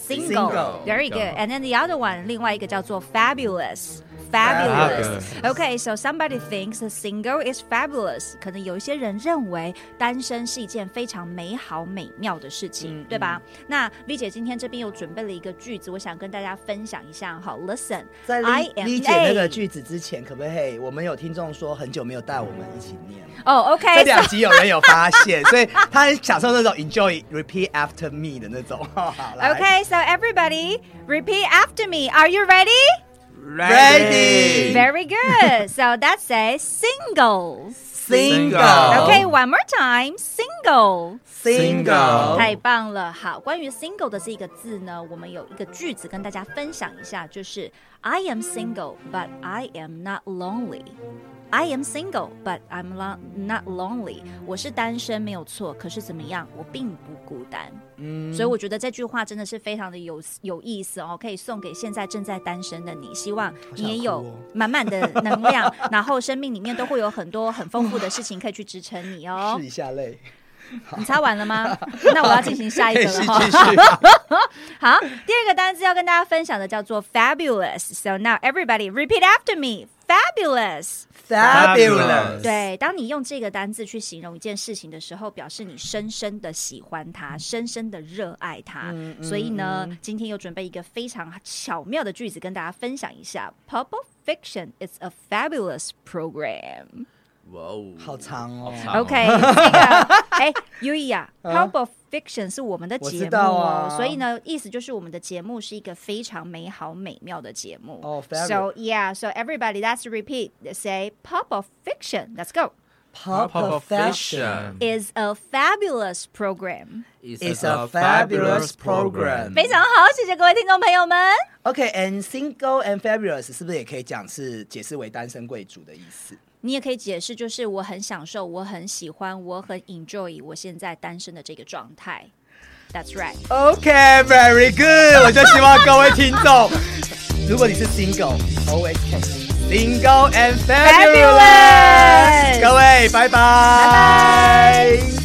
Speaker 4: single. Very good. And then the other one, 另外一个叫做 fabulous. Fabulous. Okay, so somebody thinks a single is fabulous. 可能有一些人认为单身是一件非常美好美妙的事情，
Speaker 2: 嗯
Speaker 4: 对吧？那丽姐今天这边又准备了一个句子，我想跟大家分享一下哈。Listen,
Speaker 2: 在
Speaker 4: I
Speaker 2: 理
Speaker 4: am
Speaker 2: 理解那个
Speaker 4: A
Speaker 2: 句子之前，可不可以？我们有听众说很久没有带我们一起念了。
Speaker 4: 哦
Speaker 2: 这
Speaker 4: ，OK，
Speaker 2: 两集有人有发现，所以他很享受那种 enjoy repeat after me 的那种。 好来
Speaker 4: Okay, so everybody, repeat after me. Are you ready?
Speaker 2: Ready.
Speaker 4: Very good. so that says single.
Speaker 1: Single.
Speaker 2: Oh.
Speaker 4: Okay, one more time. Single.
Speaker 1: Single 好
Speaker 4: 太棒了。好，关于 single 的这个字呢，我们有一个句子跟大家分享一下，就是 I am single, but I am not lonely. I am single, but I'm lo- not lonely. 我是单身没有错，可是怎么样，我并不孤单。嗯，所以我觉得这句话真的是非常的有有意思哦，可以送给现在正在单身的你，希望你也有
Speaker 2: 好想哭哦
Speaker 4: 满满的能量， 然后生命里面都会有很多很丰富的事情可以去支撑你 哦。
Speaker 2: 试一下泪，
Speaker 4: 你擦完了吗？那我要进行下一个了哈。 好，第二个单词要跟大家分享的叫做 fabulous。So now everybody repeat after me. Fabulous，
Speaker 1: Fabulous
Speaker 4: 对，当你用这个单字去形容一件事情的时候，表示你深深的喜欢它，深深的热爱它。所以呢，今天又准备一个非常巧妙的句子跟大家分享一下。Pulp Fiction is a fabulous program.
Speaker 3: 哇哦，
Speaker 2: 好长哦
Speaker 3: 好长
Speaker 4: OK，这 个哎，优一啊 p u l p of Fiction 是我们的
Speaker 2: 我
Speaker 4: 节
Speaker 2: 知
Speaker 4: 目
Speaker 2: 道
Speaker 4: 哦
Speaker 2: 啊，
Speaker 4: 所以呢，意思就是我们的节目是一个非常美好美妙的节目。
Speaker 2: 哦
Speaker 4: So yeah, so everybody, let's repeat. Say, pulp of Fiction. Let's go.
Speaker 2: Pop
Speaker 1: Pop of
Speaker 2: Fashion
Speaker 1: Fiction
Speaker 4: Is a fabulous program.
Speaker 2: is a fabulous program
Speaker 4: 非常好，谢谢各位听众朋友们。
Speaker 2: OK，and single and fabulous 是不是也可以讲是解释为单身贵族的意思？
Speaker 4: 你也可以解释，就是我很享受，我很喜欢，我很 enjoy 我现在单身的这个状态。That's right.
Speaker 2: OK，very、good。我就希望各位听众，如果你是 single，always can be single and fabulous。
Speaker 4: Fabulous
Speaker 2: 各位，拜拜。拜拜